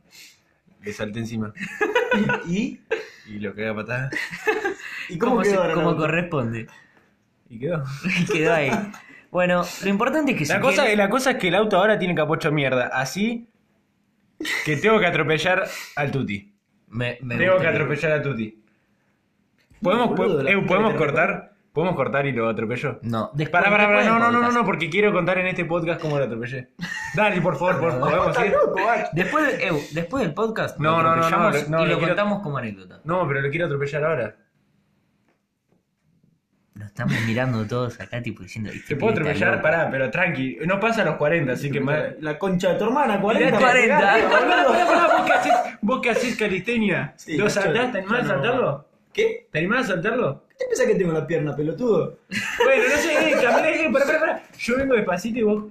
[SPEAKER 3] Le salté encima.
[SPEAKER 2] ¿Y?
[SPEAKER 3] Y lo cagué a patada.
[SPEAKER 2] ¿Y
[SPEAKER 1] ¿Cómo,
[SPEAKER 2] cómo
[SPEAKER 1] se-
[SPEAKER 2] quedó ahora? el
[SPEAKER 1] cómo
[SPEAKER 2] auto?
[SPEAKER 1] corresponde?
[SPEAKER 3] Y quedó.
[SPEAKER 1] Y quedó ahí. Bueno, lo importante es que
[SPEAKER 3] La
[SPEAKER 1] Ezequiel-
[SPEAKER 3] cosa, la cosa es que el auto ahora tiene capocho de mierda, así que tengo que atropellar al Tuti.
[SPEAKER 1] Me, me
[SPEAKER 3] Tengo que
[SPEAKER 1] gustaría.
[SPEAKER 3] atropellar al Tuti. ¿Podemos,
[SPEAKER 2] No, boludo,
[SPEAKER 3] po-
[SPEAKER 2] la
[SPEAKER 3] eh,
[SPEAKER 2] puta
[SPEAKER 3] ¿podemos
[SPEAKER 2] que te
[SPEAKER 3] cortar? ¿Podemos cortar y lo atropello?
[SPEAKER 1] No, después,
[SPEAKER 3] Para, para,
[SPEAKER 1] después
[SPEAKER 3] no,
[SPEAKER 1] del
[SPEAKER 3] no, no, no,
[SPEAKER 1] podcast.
[SPEAKER 3] no, porque quiero contar en este podcast cómo lo atropellé. Dale, por favor, por, podemos ir.
[SPEAKER 1] Después, eu, después del podcast
[SPEAKER 3] No,
[SPEAKER 1] lo
[SPEAKER 3] no, no, no,
[SPEAKER 1] atropellamos
[SPEAKER 3] no, no,
[SPEAKER 1] y
[SPEAKER 3] lo
[SPEAKER 1] lo
[SPEAKER 3] quiero-
[SPEAKER 1] contamos como anécdota.
[SPEAKER 3] No, pero lo quiero atropellar ahora.
[SPEAKER 1] Nos estamos mirando todos acá, tipo diciendo. este
[SPEAKER 3] Te puedo
[SPEAKER 1] pibe está
[SPEAKER 3] atropellar,
[SPEAKER 1] loco.
[SPEAKER 3] pará, pero tranqui. No pasa a los 40, así que más.
[SPEAKER 2] La concha de tu hermana, 40.
[SPEAKER 1] 40.
[SPEAKER 3] Pará, pará, pará, ¿Vos que hacés, vos que hacés calistenia?
[SPEAKER 2] Sí,
[SPEAKER 3] ¿Lo
[SPEAKER 2] yo-
[SPEAKER 3] saltás? ¿Te animás
[SPEAKER 2] yo
[SPEAKER 3] a
[SPEAKER 2] no.
[SPEAKER 3] saltarlo?
[SPEAKER 2] ¿Qué?
[SPEAKER 3] ¿Te animás a saltarlo?
[SPEAKER 2] ¿Qué te pensás que tengo en la pierna, pelotudo?
[SPEAKER 3] Bueno, no sé, eh, caminé, eh, pará, pará, pará. Yo vengo despacito y vos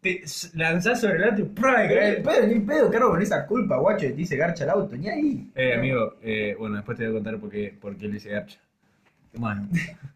[SPEAKER 3] te s- lanzás sobre el auto y ¡prá! y
[SPEAKER 2] Ni
[SPEAKER 3] caes.
[SPEAKER 2] pedo, ni pedo, cargo con esa culpa, guacho, que te hice garcha el auto, ni ahí.
[SPEAKER 3] Eh, amigo, eh, bueno, después te voy a contar por qué, por qué le hice garcha.
[SPEAKER 1] Bueno,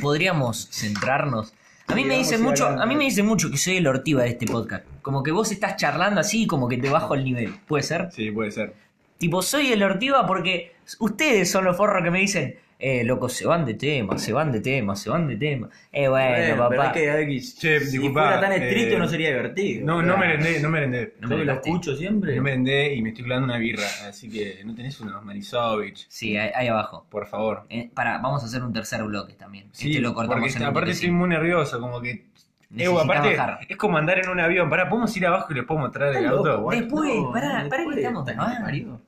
[SPEAKER 1] podríamos centrarnos. A mí
[SPEAKER 2] Sí,
[SPEAKER 1] me
[SPEAKER 2] vamos
[SPEAKER 1] dicen
[SPEAKER 2] a ir
[SPEAKER 1] mucho,
[SPEAKER 2] hablando.
[SPEAKER 1] a mí me dicen mucho que soy el ortiva de este podcast. Como que vos estás charlando así y como que te bajo el nivel. ¿Puede ser?
[SPEAKER 3] Sí, puede ser.
[SPEAKER 1] Tipo, soy el ortiva porque ustedes son los forros que me dicen, eh, loco, se van de tema, se van de tema, se van de tema. Eh, bueno,
[SPEAKER 2] pero
[SPEAKER 1] papá.
[SPEAKER 2] es que, a ver, que
[SPEAKER 3] Che,
[SPEAKER 2] si
[SPEAKER 3] disculpa,
[SPEAKER 2] fuera tan
[SPEAKER 3] eh,
[SPEAKER 2] estricto no sería divertido.
[SPEAKER 3] No, no
[SPEAKER 2] Claro.
[SPEAKER 3] merendé, no merendé.
[SPEAKER 1] No
[SPEAKER 2] Yo que lo
[SPEAKER 1] merendé.
[SPEAKER 2] escucho siempre.
[SPEAKER 3] No merendé y me estoy colando una birra, así que no tenés unos Marisovich,
[SPEAKER 1] Sí, ahí, ahí abajo.
[SPEAKER 3] por favor.
[SPEAKER 1] para, vamos a hacer un tercer bloque también.
[SPEAKER 3] Sí,
[SPEAKER 1] este lo cortamos
[SPEAKER 3] porque
[SPEAKER 1] en un
[SPEAKER 3] aparte estoy
[SPEAKER 1] toquecín.
[SPEAKER 3] muy nervioso, como que... Evo,
[SPEAKER 1] Necesitas
[SPEAKER 3] aparte,
[SPEAKER 1] bajar.
[SPEAKER 3] es como andar en un avión. Pará, ¿podemos ir abajo y les puedo mostrar el
[SPEAKER 2] Estás loco,
[SPEAKER 3] auto?
[SPEAKER 2] guacho.
[SPEAKER 1] Después,
[SPEAKER 2] No,
[SPEAKER 1] pará,
[SPEAKER 2] no,
[SPEAKER 1] pará que
[SPEAKER 2] después,
[SPEAKER 1] estamos
[SPEAKER 2] puta que
[SPEAKER 1] grabando.
[SPEAKER 2] te parió.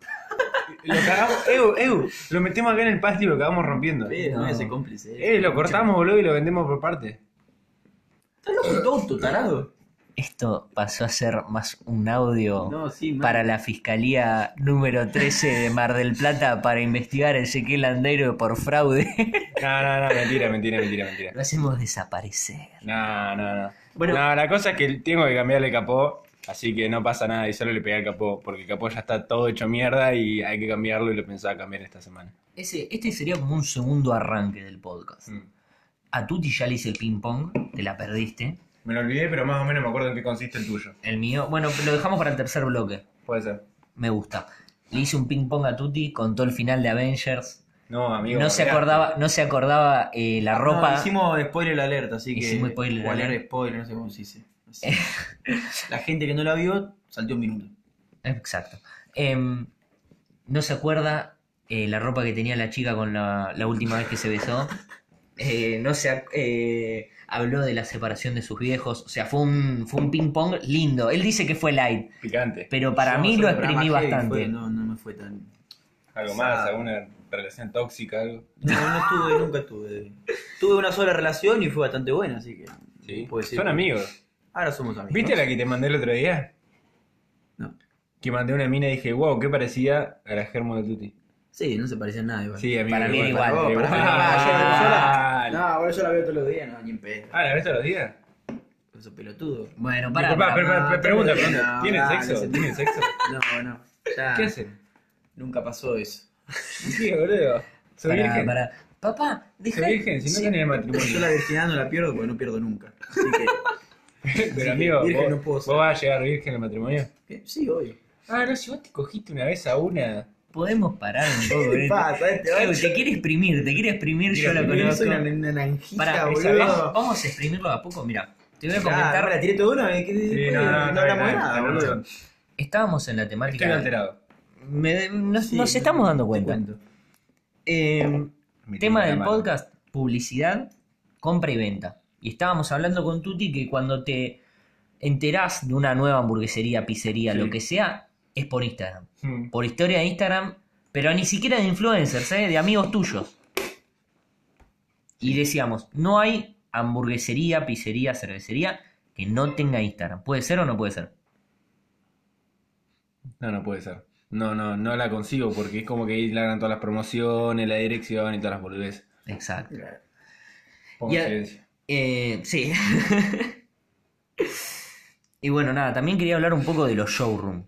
[SPEAKER 3] Lo cagamos, Evo, Evo, lo metemos acá en el pasto y lo acabamos rompiendo.
[SPEAKER 2] Pero,
[SPEAKER 1] No.
[SPEAKER 2] no, ese cómplice.
[SPEAKER 3] Eh, lo cortamos, boludo, y lo vendemos por parte.
[SPEAKER 2] ¿Estás loco tu auto, tarado?
[SPEAKER 1] Esto pasó a ser más un audio
[SPEAKER 2] No, sí, man.
[SPEAKER 1] para la Fiscalía número 13 de Mar del Plata para investigar a Ezequiel Andero por fraude.
[SPEAKER 3] No, no, no, mentira, mentira, mentira, mentira.
[SPEAKER 1] lo hacemos desaparecer.
[SPEAKER 3] No, no, no.
[SPEAKER 2] Bueno.
[SPEAKER 3] no, la cosa es que tengo que cambiarle el capó, así que no pasa nada y solo le pegué al capó, porque el capó ya está todo hecho mierda y hay que cambiarlo y lo pensaba cambiar esta semana.
[SPEAKER 1] Ese, este sería como un segundo arranque del podcast.
[SPEAKER 3] Mm.
[SPEAKER 1] A Tuti ya le hice el ping-pong, te la perdiste.
[SPEAKER 3] Me lo olvidé, pero más o menos me acuerdo en qué consiste el tuyo.
[SPEAKER 1] El mío, bueno, lo dejamos para el tercer bloque.
[SPEAKER 3] Puede ser.
[SPEAKER 1] Me gusta. Le hice un ping-pong a Tuti, contó el final de Avengers.
[SPEAKER 3] No, amigo.
[SPEAKER 1] No se
[SPEAKER 3] mirá.
[SPEAKER 1] acordaba, no se acordaba eh, la ropa.
[SPEAKER 2] No, hicimos spoiler alerta, así que.
[SPEAKER 1] Hicimos spoiler
[SPEAKER 2] o
[SPEAKER 1] alert.
[SPEAKER 2] spoiler, no sé cómo se dice. Así. la gente que no la vio saltó un minuto.
[SPEAKER 1] Exacto. Em, no se acuerda eh, la ropa que tenía la chica con la, la última vez que se besó. Eh, no se ac- eh, habló de la separación de sus viejos. O sea, fue un, fue un ping pong lindo. Él dice que fue light,
[SPEAKER 3] Picante.
[SPEAKER 1] pero para
[SPEAKER 2] Yo,
[SPEAKER 1] mí
[SPEAKER 2] yo
[SPEAKER 1] lo
[SPEAKER 2] el programa
[SPEAKER 1] exprimí
[SPEAKER 2] heavy
[SPEAKER 1] bastante.
[SPEAKER 2] fue- no, no me fue tan.
[SPEAKER 3] Algo más,
[SPEAKER 2] Sabe.
[SPEAKER 3] alguna relación tóxica, algo.
[SPEAKER 2] No, no estuve, nunca estuve. Tuve una sola relación y fue bastante buena, así que.
[SPEAKER 3] Sí.
[SPEAKER 2] puedo decir
[SPEAKER 3] Son
[SPEAKER 2] que-
[SPEAKER 3] amigos.
[SPEAKER 2] Ahora somos amigos.
[SPEAKER 3] ¿Viste la que te mandé el otro día?
[SPEAKER 2] No.
[SPEAKER 3] Que mandé una mina y dije, wow, qué parecía a la Germo de Tuti.
[SPEAKER 2] Sí, no se parecía en nada igual.
[SPEAKER 3] Sí, a mí
[SPEAKER 1] Para
[SPEAKER 3] me
[SPEAKER 1] mí era
[SPEAKER 3] igual.
[SPEAKER 1] igual.
[SPEAKER 3] Me
[SPEAKER 2] Para mí
[SPEAKER 3] igual.
[SPEAKER 2] era igual. Yo
[SPEAKER 3] Ah,
[SPEAKER 2] la- No, ahora yo la veo todos los días, no, ni en pedo.
[SPEAKER 3] Ah, ¿la ves todos los días?
[SPEAKER 2] Eso pelotudo.
[SPEAKER 1] Bueno,
[SPEAKER 3] Pará,
[SPEAKER 1] para.
[SPEAKER 3] pará, pará,
[SPEAKER 2] no,
[SPEAKER 3] pará, pregunta,
[SPEAKER 2] no,
[SPEAKER 3] pregunta.
[SPEAKER 2] no, Ah.
[SPEAKER 3] ¿Tienen
[SPEAKER 2] dale,
[SPEAKER 3] sexo?
[SPEAKER 2] se-
[SPEAKER 3] ¿Tienen sexo?
[SPEAKER 2] No, no. Ya.
[SPEAKER 3] ¿Qué hacen?
[SPEAKER 2] Nunca pasó eso.
[SPEAKER 3] Sí, boludo. Soy virgen.
[SPEAKER 1] Papá,
[SPEAKER 3] Soy
[SPEAKER 1] deja.
[SPEAKER 3] virgen, si no tenés el
[SPEAKER 2] Yo
[SPEAKER 3] matrimonio.
[SPEAKER 2] la virginidad no la pierdo porque no pierdo nunca. Así que.
[SPEAKER 3] Pero amigo,
[SPEAKER 2] virgen
[SPEAKER 3] vos,
[SPEAKER 2] no puedo
[SPEAKER 3] vos
[SPEAKER 2] ser.
[SPEAKER 3] vas a llegar virgen al matrimonio.
[SPEAKER 2] ¿Qué? Sí, obvio.
[SPEAKER 3] Ah, no, si vos te cogiste una vez a una.
[SPEAKER 1] Podemos parar un poco.
[SPEAKER 2] ¿Qué pasa? Este
[SPEAKER 1] Claro,
[SPEAKER 2] ocho?
[SPEAKER 1] te quiere exprimir, te quiere exprimir, yo
[SPEAKER 3] Quiero
[SPEAKER 1] la
[SPEAKER 3] exprimir,
[SPEAKER 1] conozco.
[SPEAKER 2] soy una, una naranjita,
[SPEAKER 1] Pará,
[SPEAKER 2] boludo.
[SPEAKER 1] esa vez- vamos a exprimirlo de a poco, mira. Te voy a
[SPEAKER 2] Ah,
[SPEAKER 1] comentar.
[SPEAKER 2] ahora tiré todo uno y que
[SPEAKER 3] Sí,
[SPEAKER 2] no,
[SPEAKER 3] no, no, está bien,
[SPEAKER 2] hablamos
[SPEAKER 3] está
[SPEAKER 2] nada,
[SPEAKER 3] bien, está
[SPEAKER 2] boludo.
[SPEAKER 3] bien.
[SPEAKER 1] Estábamos en la
[SPEAKER 3] Estoy
[SPEAKER 1] temática.
[SPEAKER 3] alterado.
[SPEAKER 1] Me- nos,
[SPEAKER 2] Sí,
[SPEAKER 1] nos
[SPEAKER 2] no,
[SPEAKER 1] estamos dando
[SPEAKER 2] te
[SPEAKER 1] cuenta.
[SPEAKER 2] cuento.
[SPEAKER 1] Eh, tema
[SPEAKER 3] Me tiembla la
[SPEAKER 1] del
[SPEAKER 3] mano.
[SPEAKER 1] podcast, publicidad, compra y venta. Y estábamos hablando con Tuti que cuando te enterás de una nueva hamburguesería, pizzería,
[SPEAKER 3] Sí.
[SPEAKER 1] lo que sea, es por Instagram.
[SPEAKER 3] Mm.
[SPEAKER 1] Por historia de Instagram, pero ni siquiera de influencers, ¿eh? de amigos tuyos. Y decíamos, no hay hamburguesería, pizzería, cervecería que no tenga Instagram. ¿Puede ser o no puede ser?
[SPEAKER 3] No, no puede ser. No, no, no la consigo porque es como que ahí largan todas las promociones, la dirección y todas las boludeces.
[SPEAKER 1] Exacto.
[SPEAKER 3] Pongo
[SPEAKER 1] Y a-
[SPEAKER 3] silencio.
[SPEAKER 1] Eh, sí. y bueno, nada, también quería hablar un poco de los showroom.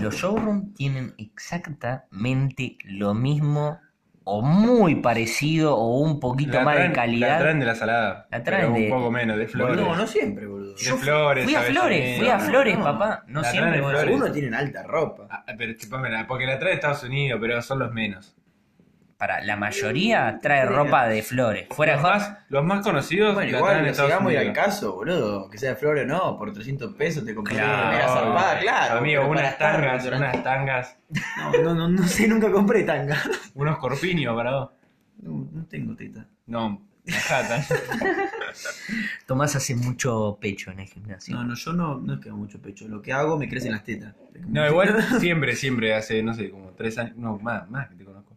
[SPEAKER 1] Los showroom tienen exactamente lo mismo o muy parecido o un poquito
[SPEAKER 3] La
[SPEAKER 1] más
[SPEAKER 3] traen-
[SPEAKER 1] de
[SPEAKER 3] La
[SPEAKER 1] calidad.
[SPEAKER 3] traen de la salada.
[SPEAKER 1] La traen
[SPEAKER 3] pero
[SPEAKER 1] de-
[SPEAKER 3] un poco menos, de flores.
[SPEAKER 2] No, no siempre, boludo.
[SPEAKER 3] De flores,
[SPEAKER 1] fui a
[SPEAKER 3] avellaneda.
[SPEAKER 1] Flores, fui a Flores,
[SPEAKER 2] no.
[SPEAKER 1] papá. No
[SPEAKER 3] La
[SPEAKER 1] siempre.
[SPEAKER 3] traen de
[SPEAKER 1] voy a-
[SPEAKER 3] Flores.
[SPEAKER 2] Algunos tienen alta ropa.
[SPEAKER 3] Ah, pero chupámela, porque la trae de Estados Unidos, pero son los menos.
[SPEAKER 1] Para, la mayoría trae ropa de flores. Fuera de
[SPEAKER 3] los,
[SPEAKER 1] jodas,
[SPEAKER 3] más, los más conocidos
[SPEAKER 2] Bueno,
[SPEAKER 3] la
[SPEAKER 2] igual,
[SPEAKER 3] traen de
[SPEAKER 2] nos
[SPEAKER 3] Estados
[SPEAKER 2] llegamos y
[SPEAKER 3] Unidos.
[SPEAKER 2] al caso, boludo. Que sea de flor o no, por 300 pesos te compré
[SPEAKER 1] Claro.
[SPEAKER 2] una remera zarpada, claro.
[SPEAKER 3] eh, Amigo,
[SPEAKER 2] pero para
[SPEAKER 3] unas
[SPEAKER 2] estar
[SPEAKER 3] tangas,
[SPEAKER 2] durante-
[SPEAKER 3] unas tangas,
[SPEAKER 2] No, no, no, no sé, nunca compré tanga.
[SPEAKER 3] unos corpiños para vos.
[SPEAKER 2] No, no tengo teta.
[SPEAKER 3] No, jata.
[SPEAKER 1] Tomás hace mucho pecho en el gimnasio.
[SPEAKER 2] No, no, yo no, no es que hago mucho pecho. Lo que hago me crecen las tetas.
[SPEAKER 3] No, igual siempre, siempre, hace, no sé, como tres años, no, más, más que te conozco.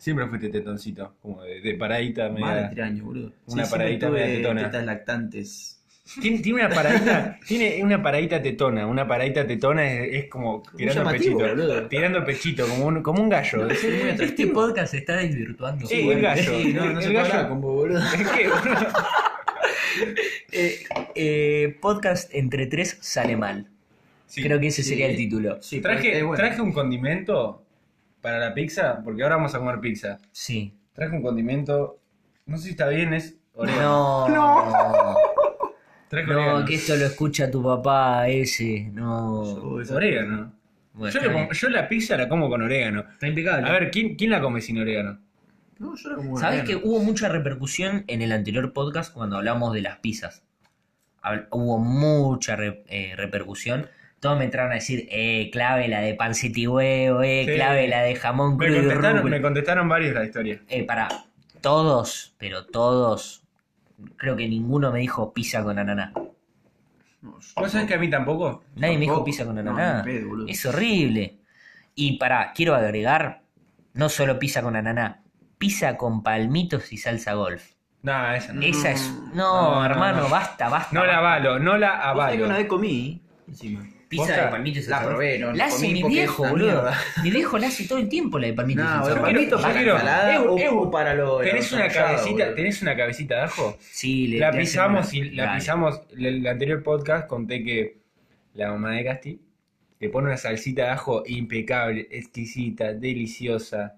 [SPEAKER 3] Siempre fuiste tetoncito, como de, de paradita
[SPEAKER 2] Más de
[SPEAKER 3] media.
[SPEAKER 2] tres años, boludo.
[SPEAKER 3] Una
[SPEAKER 2] siempre
[SPEAKER 3] paradita
[SPEAKER 2] tuve
[SPEAKER 3] media tetona.
[SPEAKER 2] tetas lactantes.
[SPEAKER 3] Tiene, tiene una paradita, tiene una paradita tetona, una paradita tetona es, es como tirando
[SPEAKER 2] llamativo,
[SPEAKER 3] pechito,
[SPEAKER 2] boludo.
[SPEAKER 3] tirando pechito, como un, como un gallo. Es,
[SPEAKER 2] Sí, muy
[SPEAKER 1] Este
[SPEAKER 2] atractivo.
[SPEAKER 1] podcast se está desvirtuando.
[SPEAKER 3] Sí, el gallo.
[SPEAKER 2] Sí, no, no
[SPEAKER 3] El
[SPEAKER 2] se puede
[SPEAKER 3] gallo.
[SPEAKER 2] hablar con vos, boludo.
[SPEAKER 3] es que, boludo,
[SPEAKER 1] Eh, eh, podcast entre tres sale mal.
[SPEAKER 3] sí.
[SPEAKER 1] Creo que ese
[SPEAKER 2] sí.
[SPEAKER 1] sería el título.
[SPEAKER 2] Sí, pero
[SPEAKER 3] Traje,
[SPEAKER 2] es bueno.
[SPEAKER 3] traje un condimento para la pizza, porque ahora vamos a comer pizza.
[SPEAKER 1] Sí.
[SPEAKER 3] Traje un condimento, no sé si está bien, es
[SPEAKER 1] No.
[SPEAKER 3] orégano.
[SPEAKER 1] No,
[SPEAKER 3] Traje orégano.
[SPEAKER 1] que esto lo escucha tu papá ese. No.
[SPEAKER 2] Oh,
[SPEAKER 3] Es
[SPEAKER 2] esa-
[SPEAKER 3] orégano.
[SPEAKER 1] Bueno,
[SPEAKER 3] Yo,
[SPEAKER 1] está
[SPEAKER 3] le
[SPEAKER 1] bien.
[SPEAKER 3] pongo- yo la pizza la como con orégano.
[SPEAKER 1] Está impecable.
[SPEAKER 3] A ver, ¿quién, quién la come sin orégano?
[SPEAKER 2] No, yo era como un
[SPEAKER 1] ¿Sabés que
[SPEAKER 2] enano.
[SPEAKER 1] hubo mucha repercusión en el anterior podcast cuando hablamos de las pizzas? Habl- hubo mucha re- eh, repercusión. Todos me entraron a decir, eh, clave la de panceta y huevo, eh,
[SPEAKER 3] Sí.
[SPEAKER 1] clave la de jamón
[SPEAKER 3] Me
[SPEAKER 1] crudo y
[SPEAKER 3] contestaron,
[SPEAKER 1] rúcula.
[SPEAKER 3] me contestaron varios la historia.
[SPEAKER 1] Eh, para todos, pero todos. Creo que ninguno me dijo pizza con ananá.
[SPEAKER 2] No, yo-
[SPEAKER 3] ¿Vos sabés que a mí tampoco?
[SPEAKER 1] Nadie me dijo
[SPEAKER 2] Tampoco.
[SPEAKER 1] pizza con
[SPEAKER 2] No,
[SPEAKER 1] ananá.
[SPEAKER 2] ni pedo, boludo.
[SPEAKER 1] es horrible. Y para, quiero agregar, no solo pizza con ananá, pizza con palmitos y salsa golf.
[SPEAKER 3] No, esa no.
[SPEAKER 1] Esa es. No,
[SPEAKER 3] Mm. no,
[SPEAKER 1] hermano,
[SPEAKER 3] no.
[SPEAKER 1] basta, basta.
[SPEAKER 3] No
[SPEAKER 1] basta.
[SPEAKER 3] la avalo, no la
[SPEAKER 2] Vos sabés que
[SPEAKER 3] avalo.
[SPEAKER 2] una vez comí, encima.
[SPEAKER 1] Pizza
[SPEAKER 3] Posta,
[SPEAKER 1] de palmitos y
[SPEAKER 2] la
[SPEAKER 1] salsa
[SPEAKER 2] probé,
[SPEAKER 1] golf.
[SPEAKER 2] no, no
[SPEAKER 1] la hace
[SPEAKER 2] comí
[SPEAKER 1] mi
[SPEAKER 2] porque es
[SPEAKER 1] viejo,
[SPEAKER 2] una
[SPEAKER 1] boludo.
[SPEAKER 2] mierda.
[SPEAKER 1] Mi viejo la hace todo el tiempo la de palmitos y
[SPEAKER 2] No,
[SPEAKER 1] salsa
[SPEAKER 2] el
[SPEAKER 1] golf.
[SPEAKER 2] palmito
[SPEAKER 3] yo
[SPEAKER 2] para
[SPEAKER 3] quiero-
[SPEAKER 2] la ensalada
[SPEAKER 3] eu-
[SPEAKER 2] o,
[SPEAKER 3] eu-
[SPEAKER 2] o para lo.
[SPEAKER 3] ¿Tenés una
[SPEAKER 2] rallado,
[SPEAKER 3] cabecita,
[SPEAKER 2] boludo.
[SPEAKER 3] tenés una cabecita de ajo?
[SPEAKER 1] Sí, le-
[SPEAKER 3] La
[SPEAKER 1] le hacen
[SPEAKER 3] pisamos
[SPEAKER 1] una-
[SPEAKER 3] y la
[SPEAKER 1] Dale.
[SPEAKER 3] pisamos. El, el anterior podcast conté que la mamá de Casti le pone una salsita de ajo impecable, exquisita, deliciosa,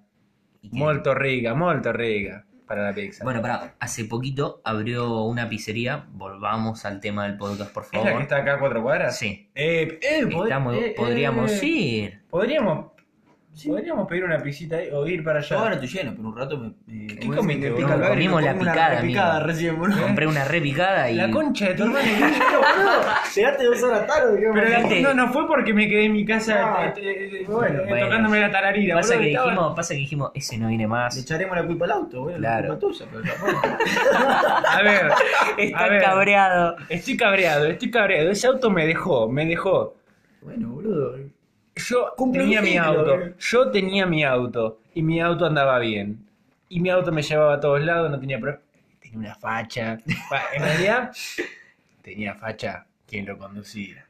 [SPEAKER 1] Y que-
[SPEAKER 3] molto rica, molto rica para la pizza.
[SPEAKER 1] Bueno, pará, hace poquito abrió una pizzería. Volvamos al tema del podcast, por
[SPEAKER 3] ¿Es la que
[SPEAKER 1] favor.
[SPEAKER 3] está acá a cuatro cuadras?
[SPEAKER 1] Sí,
[SPEAKER 3] Eh, eh, pod-
[SPEAKER 1] estamos-
[SPEAKER 3] eh, eh,
[SPEAKER 1] podríamos ir.
[SPEAKER 3] Podríamos, podríamos pedir una pisita ahí o ir para
[SPEAKER 2] Yo ahora
[SPEAKER 3] allá.
[SPEAKER 2] estoy lleno, pero un rato me. me
[SPEAKER 3] ¿Qué
[SPEAKER 2] me-
[SPEAKER 3] comiste,
[SPEAKER 2] me
[SPEAKER 3] boludo?
[SPEAKER 2] pica el bagre y
[SPEAKER 1] Comimos
[SPEAKER 2] me
[SPEAKER 1] la
[SPEAKER 2] como una
[SPEAKER 1] picada,
[SPEAKER 2] repicada
[SPEAKER 1] amigo.
[SPEAKER 2] recién, boludo.
[SPEAKER 1] Compré una repicada y.
[SPEAKER 3] La concha de tu hermano.
[SPEAKER 2] Llegaste dos horas tarde, digamos.
[SPEAKER 3] Pero la-
[SPEAKER 1] Gente.
[SPEAKER 3] no, no fue porque me quedé en mi casa
[SPEAKER 2] Ah,
[SPEAKER 3] eh, eh, eh,
[SPEAKER 2] bueno,
[SPEAKER 3] eh,
[SPEAKER 1] bueno.
[SPEAKER 3] tocándome la tararira.
[SPEAKER 1] pasa,
[SPEAKER 3] boludo,
[SPEAKER 1] que
[SPEAKER 3] estaba-
[SPEAKER 1] dijimos, pasa que dijimos, ese no viene
[SPEAKER 2] Le
[SPEAKER 1] más.
[SPEAKER 2] echaremos la culpa al auto, boludo.
[SPEAKER 1] Claro.
[SPEAKER 2] La culpa tuya, pero tampoco.
[SPEAKER 3] A ver, a
[SPEAKER 1] Está
[SPEAKER 3] ver.
[SPEAKER 1] cabreado.
[SPEAKER 3] Estoy cabreado, estoy cabreado. Ese auto me dejó, me dejó.
[SPEAKER 2] Bueno, boludo.
[SPEAKER 3] yo
[SPEAKER 2] Cumple
[SPEAKER 3] tenía
[SPEAKER 2] un
[SPEAKER 3] mi
[SPEAKER 2] ciclo,
[SPEAKER 3] auto,
[SPEAKER 2] eh.
[SPEAKER 3] yo tenía mi auto y mi auto andaba bien. Y mi auto me llevaba a todos lados, no tenía pro- tenía una facha. Va, En realidad tenía facha quien lo conducía.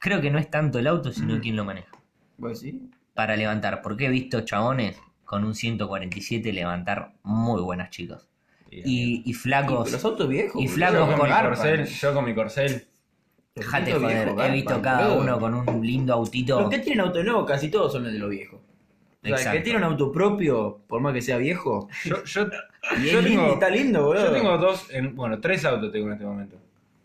[SPEAKER 1] Creo que no es tanto el auto, sino quien lo maneja.
[SPEAKER 2] Pues sí.
[SPEAKER 1] Para levantar, porque he visto chabones con un 147 levantar muy buenas chicas. Y, y flacos.
[SPEAKER 2] Los autos viejos.
[SPEAKER 1] Y
[SPEAKER 2] boludo.
[SPEAKER 3] yo
[SPEAKER 1] flacos
[SPEAKER 3] con, mi
[SPEAKER 1] garpa.
[SPEAKER 3] corcel, yo con mi corcel.
[SPEAKER 2] Los
[SPEAKER 1] Dejate
[SPEAKER 2] autos
[SPEAKER 1] joder,
[SPEAKER 2] viejos
[SPEAKER 1] he
[SPEAKER 2] garpan,
[SPEAKER 1] visto cada
[SPEAKER 2] boludo.
[SPEAKER 1] uno con un lindo autito.
[SPEAKER 2] Los que tienen auto nuevo casi todos son los de los viejos. O sea, el
[SPEAKER 1] Exacto.
[SPEAKER 2] que tiene un auto propio, por más que sea viejo,
[SPEAKER 3] Yo, yo,
[SPEAKER 2] y
[SPEAKER 3] yo
[SPEAKER 2] es lindo,
[SPEAKER 3] tengo-
[SPEAKER 2] está lindo, boludo.
[SPEAKER 3] yo tengo dos, en- bueno, tres autos tengo en este momento.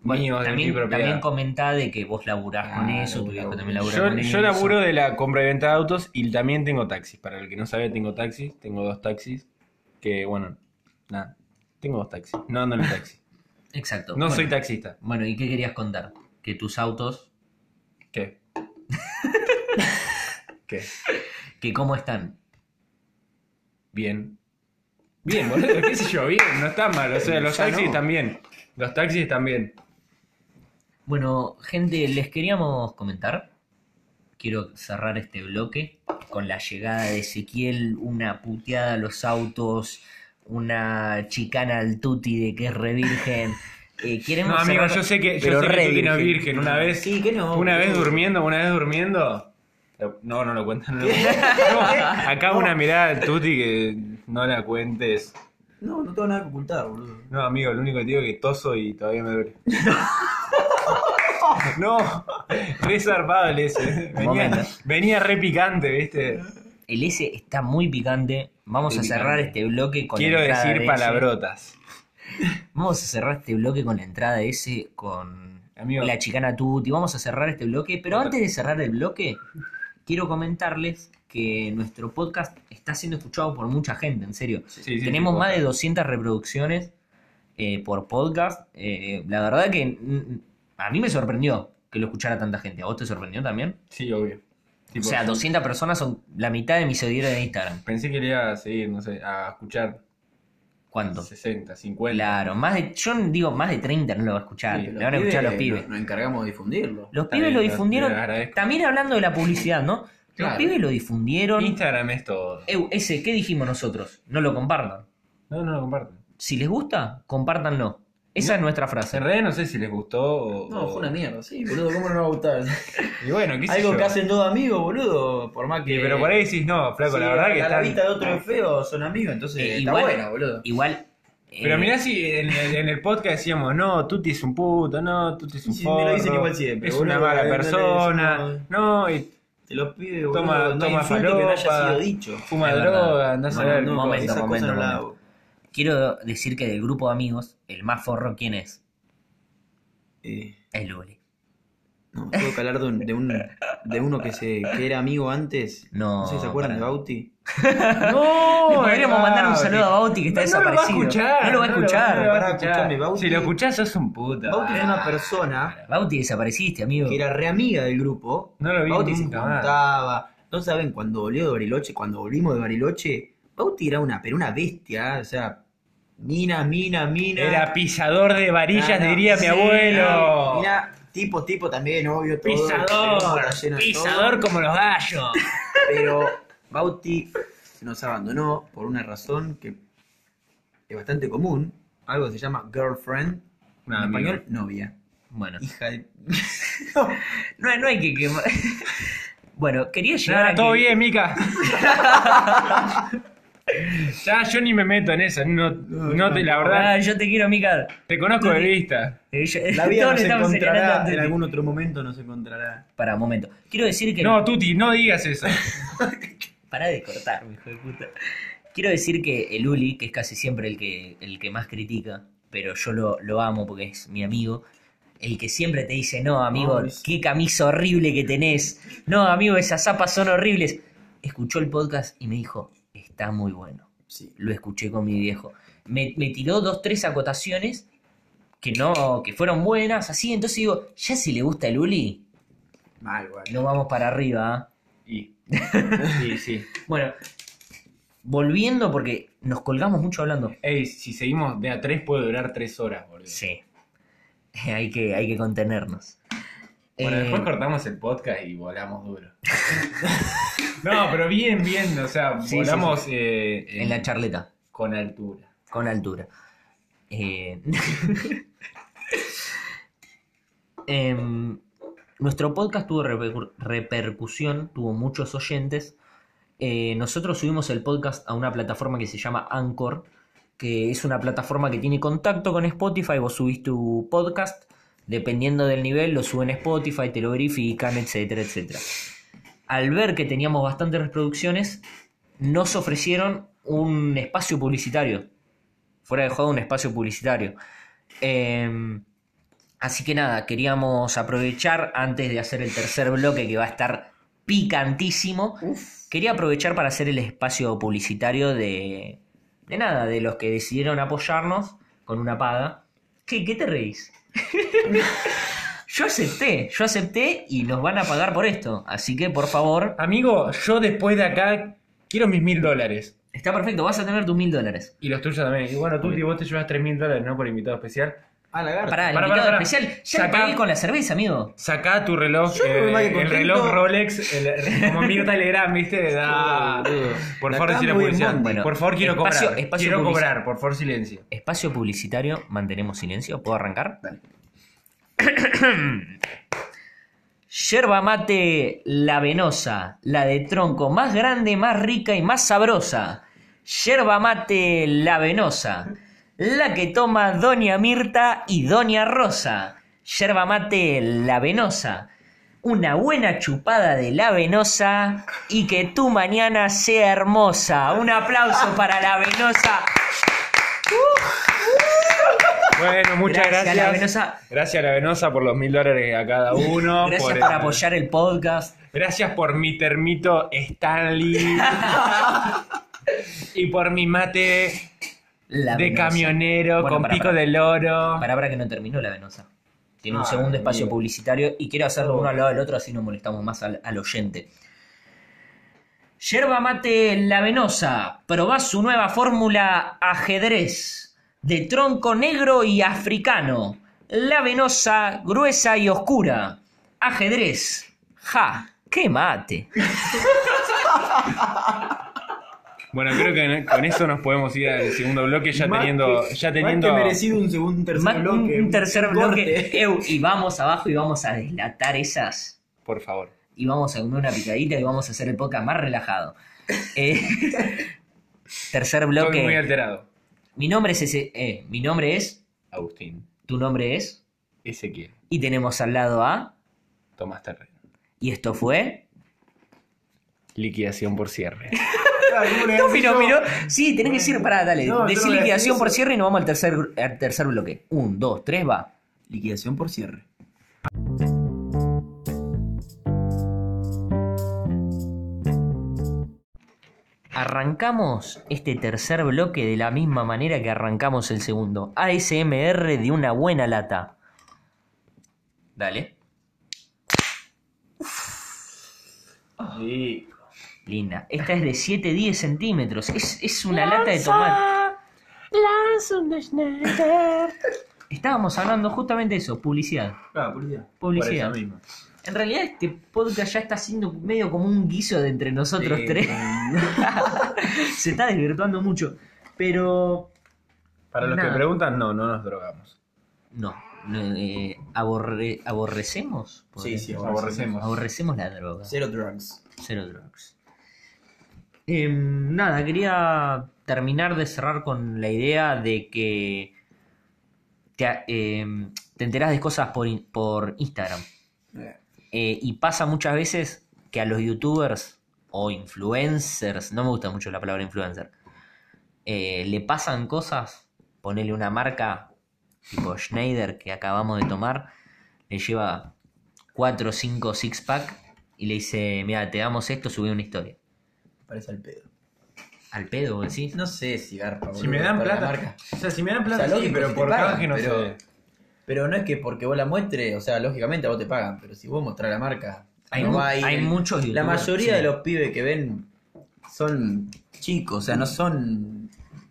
[SPEAKER 1] Bueno,
[SPEAKER 3] Míos, de mi
[SPEAKER 1] también,
[SPEAKER 3] propiedad.
[SPEAKER 1] también comentá de que vos laburás con
[SPEAKER 2] Ah,
[SPEAKER 1] eso, tu viejo
[SPEAKER 2] laburo.
[SPEAKER 1] también labura
[SPEAKER 3] Yo,
[SPEAKER 1] con
[SPEAKER 3] yo
[SPEAKER 1] eso.
[SPEAKER 3] laburo de la compra y venta de autos y también tengo taxis. Para el que no sabe, tengo taxis. Tengo dos taxis. Que bueno, nada. Tengo dos taxis. No ando en el taxi.
[SPEAKER 1] Exacto.
[SPEAKER 3] No
[SPEAKER 1] bueno,
[SPEAKER 3] soy taxista.
[SPEAKER 1] Bueno, ¿y qué querías contar? Que tus autos,
[SPEAKER 3] ¿Qué? ¿Qué?
[SPEAKER 1] que cómo están.
[SPEAKER 3] Bien. Bien, boludo. ¿Qué sé yo? Bien. No está mal. O sea, los
[SPEAKER 2] Ya
[SPEAKER 3] taxis
[SPEAKER 2] no.
[SPEAKER 3] también. Los taxis también.
[SPEAKER 1] Bueno, gente, les queríamos comentar. Quiero cerrar este bloque con la llegada de Ezequiel, una puteada a los autos, una chicana al tuti de que es re virgen. Eh, queremos
[SPEAKER 3] No, amigo,
[SPEAKER 1] cerrar-
[SPEAKER 3] yo sé que, yo
[SPEAKER 2] Pero
[SPEAKER 3] sé que
[SPEAKER 2] re
[SPEAKER 3] tú tienes
[SPEAKER 2] virgen.
[SPEAKER 3] virgen. Una vez,
[SPEAKER 2] Sí, que no,
[SPEAKER 3] una vez
[SPEAKER 2] boludo.
[SPEAKER 3] durmiendo, una vez durmiendo. lo- No, no lo cuentas. no lo cuentas. No, acá una mirada, Tuti, que no la cuentes.
[SPEAKER 2] No, no tengo nada que ocultar, boludo.
[SPEAKER 3] No, amigo, lo único que te digo es que toso y todavía me duele. No, re zarpado el ese. Venía,
[SPEAKER 1] Momento.
[SPEAKER 3] venía re picante, ¿viste?
[SPEAKER 1] El S está muy picante. Vamos
[SPEAKER 3] Muy
[SPEAKER 1] a cerrar
[SPEAKER 3] picante.
[SPEAKER 1] este bloque con la
[SPEAKER 3] Quiero
[SPEAKER 1] entrada de
[SPEAKER 3] decir
[SPEAKER 1] ese.
[SPEAKER 3] palabrotas.
[SPEAKER 1] Vamos a cerrar este bloque con la entrada de ese, con
[SPEAKER 3] Amigo.
[SPEAKER 1] la chicana Tuti. Vamos a cerrar este bloque, pero
[SPEAKER 3] Otra.
[SPEAKER 1] antes de cerrar el bloque, quiero comentarles que nuestro podcast está siendo escuchado por mucha gente, en serio.
[SPEAKER 3] Sí, sí,
[SPEAKER 1] Tenemos
[SPEAKER 3] sí,
[SPEAKER 1] más de
[SPEAKER 3] posta.
[SPEAKER 1] 200 reproducciones eh, por podcast. Eh, la verdad que mm, a mí me sorprendió que lo escuchara tanta gente. ¿A vos te sorprendió también?
[SPEAKER 3] Sí, obvio.
[SPEAKER 1] O
[SPEAKER 3] Tipo,
[SPEAKER 1] sea, 200 personas son la mitad de mis seguidores de Instagram.
[SPEAKER 3] Pensé que le iba a seguir, no sé, a escuchar
[SPEAKER 1] ¿Cuánto?
[SPEAKER 3] 60, 50.
[SPEAKER 1] Claro, más de, yo digo más de 30 no lo va a escuchar,
[SPEAKER 3] Sí,
[SPEAKER 1] lo van a escuchar los pibes.
[SPEAKER 2] Nos, nos encargamos de difundirlo.
[SPEAKER 1] Los
[SPEAKER 3] Está
[SPEAKER 1] pibes
[SPEAKER 3] bien,
[SPEAKER 1] lo
[SPEAKER 3] los
[SPEAKER 1] difundieron,
[SPEAKER 3] pibes, agradezco.
[SPEAKER 1] también hablando de la publicidad, ¿no? Los
[SPEAKER 2] Claro.
[SPEAKER 1] pibes lo difundieron.
[SPEAKER 3] Instagram es todo.
[SPEAKER 1] Eu, ese, ¿qué dijimos nosotros? No lo compartan.
[SPEAKER 3] No, no lo comparten.
[SPEAKER 1] Si les gusta, compártanlo. Esa es nuestra frase.
[SPEAKER 3] En realidad no sé si les gustó o...
[SPEAKER 2] No,
[SPEAKER 3] o-
[SPEAKER 2] fue una mierda, sí, boludo, ¿cómo no nos va a gustar?
[SPEAKER 3] Y bueno, qué sé
[SPEAKER 2] Algo
[SPEAKER 3] yo.
[SPEAKER 2] que hacen todos amigos, boludo, por más que...
[SPEAKER 3] Sí, Pero por ahí decís, no, flaco,
[SPEAKER 2] Sí,
[SPEAKER 3] la verdad que
[SPEAKER 2] a la
[SPEAKER 3] están- Ah.
[SPEAKER 2] vista de otro es feo, son amigos, entonces
[SPEAKER 1] Eh,
[SPEAKER 2] está
[SPEAKER 1] igual-
[SPEAKER 2] bueno, boludo.
[SPEAKER 1] Igual. eh,
[SPEAKER 3] Pero mirá si en, el- en el podcast decíamos, no, Tuti es un puto, no, Tuti es un
[SPEAKER 2] Sí, me lo dicen
[SPEAKER 3] forro,
[SPEAKER 2] igual siempre,
[SPEAKER 3] Es
[SPEAKER 2] boludo,
[SPEAKER 3] una mala
[SPEAKER 2] eh, no le
[SPEAKER 3] persona,
[SPEAKER 2] decimos-
[SPEAKER 3] no, y
[SPEAKER 2] Te los pibes, boludo,
[SPEAKER 3] toma,
[SPEAKER 2] no hay
[SPEAKER 3] toma
[SPEAKER 2] insulto que no haya
[SPEAKER 3] falopa,
[SPEAKER 2] sido dicho.
[SPEAKER 3] fuma
[SPEAKER 1] Es verdad.
[SPEAKER 3] droga, anda a
[SPEAKER 1] Bueno,
[SPEAKER 3] saber.
[SPEAKER 1] no,
[SPEAKER 3] cosas.
[SPEAKER 1] momento,
[SPEAKER 2] esas
[SPEAKER 1] momento,
[SPEAKER 2] cosas no las
[SPEAKER 1] momento.
[SPEAKER 2] hago.
[SPEAKER 1] Quiero decir que del grupo de amigos, el más forro, ¿quién es?
[SPEAKER 2] Eh,
[SPEAKER 1] Es Luli.
[SPEAKER 2] no, tengo que hablar de, un, de, un- de uno que, se, que era amigo antes.
[SPEAKER 1] No,
[SPEAKER 2] No sé si se acuerdan
[SPEAKER 1] para.
[SPEAKER 2] de Bauti.
[SPEAKER 3] No,
[SPEAKER 1] Le podríamos
[SPEAKER 3] es
[SPEAKER 1] mandar un
[SPEAKER 3] Bauti.
[SPEAKER 1] saludo a Bauti que está
[SPEAKER 3] No, no lo va a
[SPEAKER 1] desaparecido.
[SPEAKER 3] escuchar,
[SPEAKER 1] No lo va a escuchar.
[SPEAKER 3] no lo va a
[SPEAKER 2] Pará, escuchame, Bauti.
[SPEAKER 3] Si lo escuchás, sos un puto.
[SPEAKER 2] Bauti era una persona
[SPEAKER 1] Bauti, desapareciste, amigo.
[SPEAKER 2] que era re amiga del grupo.
[SPEAKER 3] No lo vi
[SPEAKER 2] Bauti se
[SPEAKER 3] nunca más.
[SPEAKER 2] juntaba. No saben, cuando volvió de Bariloche, cuando volvimos de Bariloche, Bauti era una, pero una bestia, ¿eh? o sea, mina, mina, mina.
[SPEAKER 3] Era pisador de varillas,
[SPEAKER 2] Nada,
[SPEAKER 3] diría mi
[SPEAKER 2] sí,
[SPEAKER 3] abuelo.
[SPEAKER 2] Mira, tipo, tipo también, obvio, todo.
[SPEAKER 3] Pisador,
[SPEAKER 2] Está lleno de
[SPEAKER 3] pisador
[SPEAKER 2] todo.
[SPEAKER 3] como los gallos.
[SPEAKER 2] Pero Bauti nos abandonó por una razón que es bastante común. Algo que se llama girlfriend.
[SPEAKER 3] Una
[SPEAKER 2] en
[SPEAKER 3] amiga.
[SPEAKER 2] español, novia.
[SPEAKER 1] Bueno.
[SPEAKER 2] Hija de.
[SPEAKER 1] No, no hay que quemar. bueno, quería llegar
[SPEAKER 3] Nada,
[SPEAKER 1] a
[SPEAKER 3] todo
[SPEAKER 1] que-
[SPEAKER 3] bien, Mica. ya, yo ni me meto en eso. No, no te, la
[SPEAKER 1] Ah,
[SPEAKER 3] verdad,
[SPEAKER 1] yo te quiero, Mica.
[SPEAKER 3] te conozco de vista.
[SPEAKER 1] Eh, yo-
[SPEAKER 2] La vida
[SPEAKER 1] todos
[SPEAKER 2] nos
[SPEAKER 1] estamos señalando a
[SPEAKER 2] encontrará.
[SPEAKER 1] Tuti.
[SPEAKER 2] En algún otro momento nos encontrará.
[SPEAKER 1] Para un momento. Quiero decir que.
[SPEAKER 3] No, Tuti, no digas eso.
[SPEAKER 1] Para de cortarme, hijo de puta. Quiero decir que el Uli, que es casi siempre el que, el que más critica, pero yo lo, lo amo porque es mi amigo. El que siempre te dice, no, amigo,
[SPEAKER 2] Ay, sí.
[SPEAKER 1] qué camisa horrible que tenés. No, amigo, esas zapas son horribles. Escuchó el podcast y me dijo, está muy bueno.
[SPEAKER 2] Sí.
[SPEAKER 1] Lo escuché con mi viejo. Me, me tiró dos, tres acotaciones que no, que fueron buenas, así. Entonces digo, ya si le gusta el Uli,
[SPEAKER 2] Mal, güey.
[SPEAKER 1] no vamos para arriba, ¿ah?
[SPEAKER 3] Y, sí, sí.
[SPEAKER 1] Bueno, volviendo porque nos colgamos mucho hablando.
[SPEAKER 3] Ey, si seguimos de a tres puede durar tres horas, boludo.
[SPEAKER 1] Sí. Hay que, hay que contenernos.
[SPEAKER 3] Bueno,
[SPEAKER 1] Eh,
[SPEAKER 3] después cortamos el podcast y volamos duro. no, pero bien, bien, o sea,
[SPEAKER 1] Sí, sí,
[SPEAKER 3] volamos eh,
[SPEAKER 1] en la charleta,
[SPEAKER 3] con altura.
[SPEAKER 1] con altura. Eh, em, nuestro podcast tuvo repercu- repercusión, tuvo muchos oyentes. Eh, nosotros subimos el podcast a una plataforma que se llama Anchor, que es una plataforma que tiene contacto con Spotify. Vos subís tu podcast, dependiendo del nivel, lo suben a Spotify, te lo verifican, etcétera, etcétera. Al ver que teníamos bastantes reproducciones, nos ofrecieron un espacio publicitario. Fuera de juego, un espacio publicitario. Em, así que nada, queríamos aprovechar antes de hacer el tercer bloque que va a estar picantísimo. Quería aprovechar para hacer el espacio publicitario de, de nada, de los que decidieron apoyarnos con una paga. ¿Qué, qué te reís? yo acepté, yo acepté y nos van a pagar por esto. Así que por favor,
[SPEAKER 3] Amigo, yo después de acá quiero mis mil dólares.
[SPEAKER 1] está perfecto, vas a tener tus mil dólares.
[SPEAKER 3] Y los tuyos también. Y bueno, tú, vos te llevas tres mil dólares, ¿no? Por invitado especial.
[SPEAKER 2] Ah, la
[SPEAKER 1] Pará, el
[SPEAKER 3] Pará,
[SPEAKER 1] invitado
[SPEAKER 3] pará, pará.
[SPEAKER 1] especial. Ya le
[SPEAKER 3] Sacá-
[SPEAKER 1] pagué con la cerveza, amigo.
[SPEAKER 3] Sacá tu reloj,
[SPEAKER 2] Yo no me
[SPEAKER 3] eh,
[SPEAKER 2] vaya
[SPEAKER 3] el
[SPEAKER 2] contento.
[SPEAKER 3] reloj Rolex, el- como Mirta Legrand, ¿viste? Da-
[SPEAKER 2] boludo. Ah,
[SPEAKER 3] por
[SPEAKER 2] La cama
[SPEAKER 3] favor, decir la
[SPEAKER 2] y el
[SPEAKER 3] publicidad.
[SPEAKER 2] bondi.
[SPEAKER 1] Bueno,
[SPEAKER 3] por favor, quiero
[SPEAKER 1] espacio-
[SPEAKER 3] cobrar.
[SPEAKER 1] espacio
[SPEAKER 3] quiero
[SPEAKER 1] publici-
[SPEAKER 3] cobrar, por favor, silencio.
[SPEAKER 1] Espacio publicitario, mantenemos silencio. ¿Puedo arrancar?
[SPEAKER 2] Dale.
[SPEAKER 1] Yerba mate la venosa, la de tronco más grande, más rica y más sabrosa. Yerba mate la venosa, la que toma Doña Mirta y Doña Rosa. Yerba mate la venosa, una buena chupada de la venosa y que tu mañana sea hermosa. Un aplauso para la venosa.
[SPEAKER 3] Bueno, muchas
[SPEAKER 1] Gracias,
[SPEAKER 3] gracias.
[SPEAKER 1] La Venosa.
[SPEAKER 3] Gracias a la Venosa por los mil dólares a cada uno.
[SPEAKER 1] Gracias
[SPEAKER 3] por
[SPEAKER 1] por,
[SPEAKER 3] el-
[SPEAKER 1] apoyar el podcast.
[SPEAKER 3] Gracias por mi termito Stanley. y por mi mate
[SPEAKER 1] La
[SPEAKER 3] de
[SPEAKER 1] Venosa.
[SPEAKER 3] camionero
[SPEAKER 1] Bueno,
[SPEAKER 3] con
[SPEAKER 1] pará,
[SPEAKER 3] pico
[SPEAKER 1] pará.
[SPEAKER 3] del oro.
[SPEAKER 1] Para ahora que no terminó la Venosa. Tiene un
[SPEAKER 3] Ah,
[SPEAKER 1] segundo espacio
[SPEAKER 3] mira.
[SPEAKER 1] publicitario y quiero hacerlo uno al lado del otro así no molestamos más al, al oyente. Yerba mate La Venosa. Probá su nueva fórmula ajedrez de tronco negro y africano. La Venosa gruesa y oscura. Ajedrez. Ja, qué mate.
[SPEAKER 3] Bueno, creo que con eso nos podemos ir al segundo bloque ya
[SPEAKER 2] Más
[SPEAKER 3] teniendo.
[SPEAKER 2] que-
[SPEAKER 3] Ya
[SPEAKER 2] más
[SPEAKER 3] teniendo
[SPEAKER 2] que merecido un segundo, un tercer
[SPEAKER 1] Ma- un-
[SPEAKER 2] bloque.
[SPEAKER 1] un tercer
[SPEAKER 2] corte.
[SPEAKER 1] bloque. Eu, y vamos abajo y vamos a deslatar esas.
[SPEAKER 3] Por favor.
[SPEAKER 1] Y vamos a comer una picadita y vamos a hacer el podcast más relajado. Eh, tercer
[SPEAKER 3] Estoy muy
[SPEAKER 1] bloque.
[SPEAKER 3] alterado.
[SPEAKER 1] Mi nombre es ese. eh, mi nombre es.
[SPEAKER 3] Agustín.
[SPEAKER 1] Tu nombre es.
[SPEAKER 3] Ezequiel.
[SPEAKER 1] Y tenemos al lado a.
[SPEAKER 3] Tomás Terreno.
[SPEAKER 1] Y esto fue.
[SPEAKER 3] Liquidación por cierre.
[SPEAKER 2] Claro, Ah, ¿cómo le voy a
[SPEAKER 1] No,
[SPEAKER 2] decir
[SPEAKER 1] miró,
[SPEAKER 2] yo?
[SPEAKER 1] miró. Sí, tenés que decir. Pará, dale.
[SPEAKER 2] No,
[SPEAKER 1] Decí
[SPEAKER 2] yo no voy a decir
[SPEAKER 1] liquidación
[SPEAKER 2] eso.
[SPEAKER 1] por cierre y nos vamos al tercer, al tercer bloque. Un, dos, tres, va.
[SPEAKER 2] Liquidación por cierre.
[SPEAKER 1] Arrancamos este tercer bloque de la misma manera que arrancamos el segundo. ASMR de una buena lata. Dale.
[SPEAKER 3] Y-
[SPEAKER 1] Linda. Esta es de 7-10 centímetros. Es, es una lata de tomate. Estábamos hablando justamente de eso. Publicidad.
[SPEAKER 2] Ah, publicidad.
[SPEAKER 1] Publicidad.
[SPEAKER 3] Por eso mismo.
[SPEAKER 1] En realidad este podcast ya está siendo medio como un guiso de entre nosotros
[SPEAKER 3] Sí.
[SPEAKER 1] tres. Se está desvirtuando mucho. Pero...
[SPEAKER 3] Para los que
[SPEAKER 1] Nada.
[SPEAKER 3] preguntan, no, no nos drogamos.
[SPEAKER 1] No. no, eh, aborre- ¿Aborrecemos?
[SPEAKER 2] Sí, sí,
[SPEAKER 3] Nos aborrecemos.
[SPEAKER 1] Aborrecemos la droga.
[SPEAKER 2] Cero drugs.
[SPEAKER 1] Cero drugs. Em, nada, quería terminar de cerrar con la idea de que te, a- em, te enterás de cosas por, in- por Instagram.
[SPEAKER 2] Eh.
[SPEAKER 1] Eh, y pasa muchas veces que a los youtubers o influencers, no me gusta mucho la palabra influencer, eh, le pasan cosas, ponerle una marca tipo Schneider que acabamos de tomar, le lleva 4, 5, 6 pack y le dice, mira, te damos esto, subí una historia.
[SPEAKER 2] Parece al pedo.
[SPEAKER 1] Al pedo, vos decís.
[SPEAKER 2] No sé si garpa,
[SPEAKER 3] Si
[SPEAKER 2] boludo,
[SPEAKER 3] me dan
[SPEAKER 2] por la
[SPEAKER 3] plata.
[SPEAKER 2] marca.
[SPEAKER 3] O sea, si me dan
[SPEAKER 2] O
[SPEAKER 3] plata,
[SPEAKER 2] sea,
[SPEAKER 3] sí,
[SPEAKER 2] lógico,
[SPEAKER 3] pero
[SPEAKER 2] si te
[SPEAKER 3] por
[SPEAKER 2] pagan,
[SPEAKER 3] canje no
[SPEAKER 2] pero-
[SPEAKER 3] sé.
[SPEAKER 2] Pero no es que porque vos la muestres, o sea, lógicamente a vos te pagan, pero si vos mostrás la marca,
[SPEAKER 1] Hay,
[SPEAKER 2] no
[SPEAKER 1] mu-
[SPEAKER 2] va a ir
[SPEAKER 1] hay
[SPEAKER 2] el-
[SPEAKER 1] muchos
[SPEAKER 2] La
[SPEAKER 1] youtubers,
[SPEAKER 2] mayoría
[SPEAKER 1] sí.
[SPEAKER 2] de los pibes que ven son chicos, o sea, no son.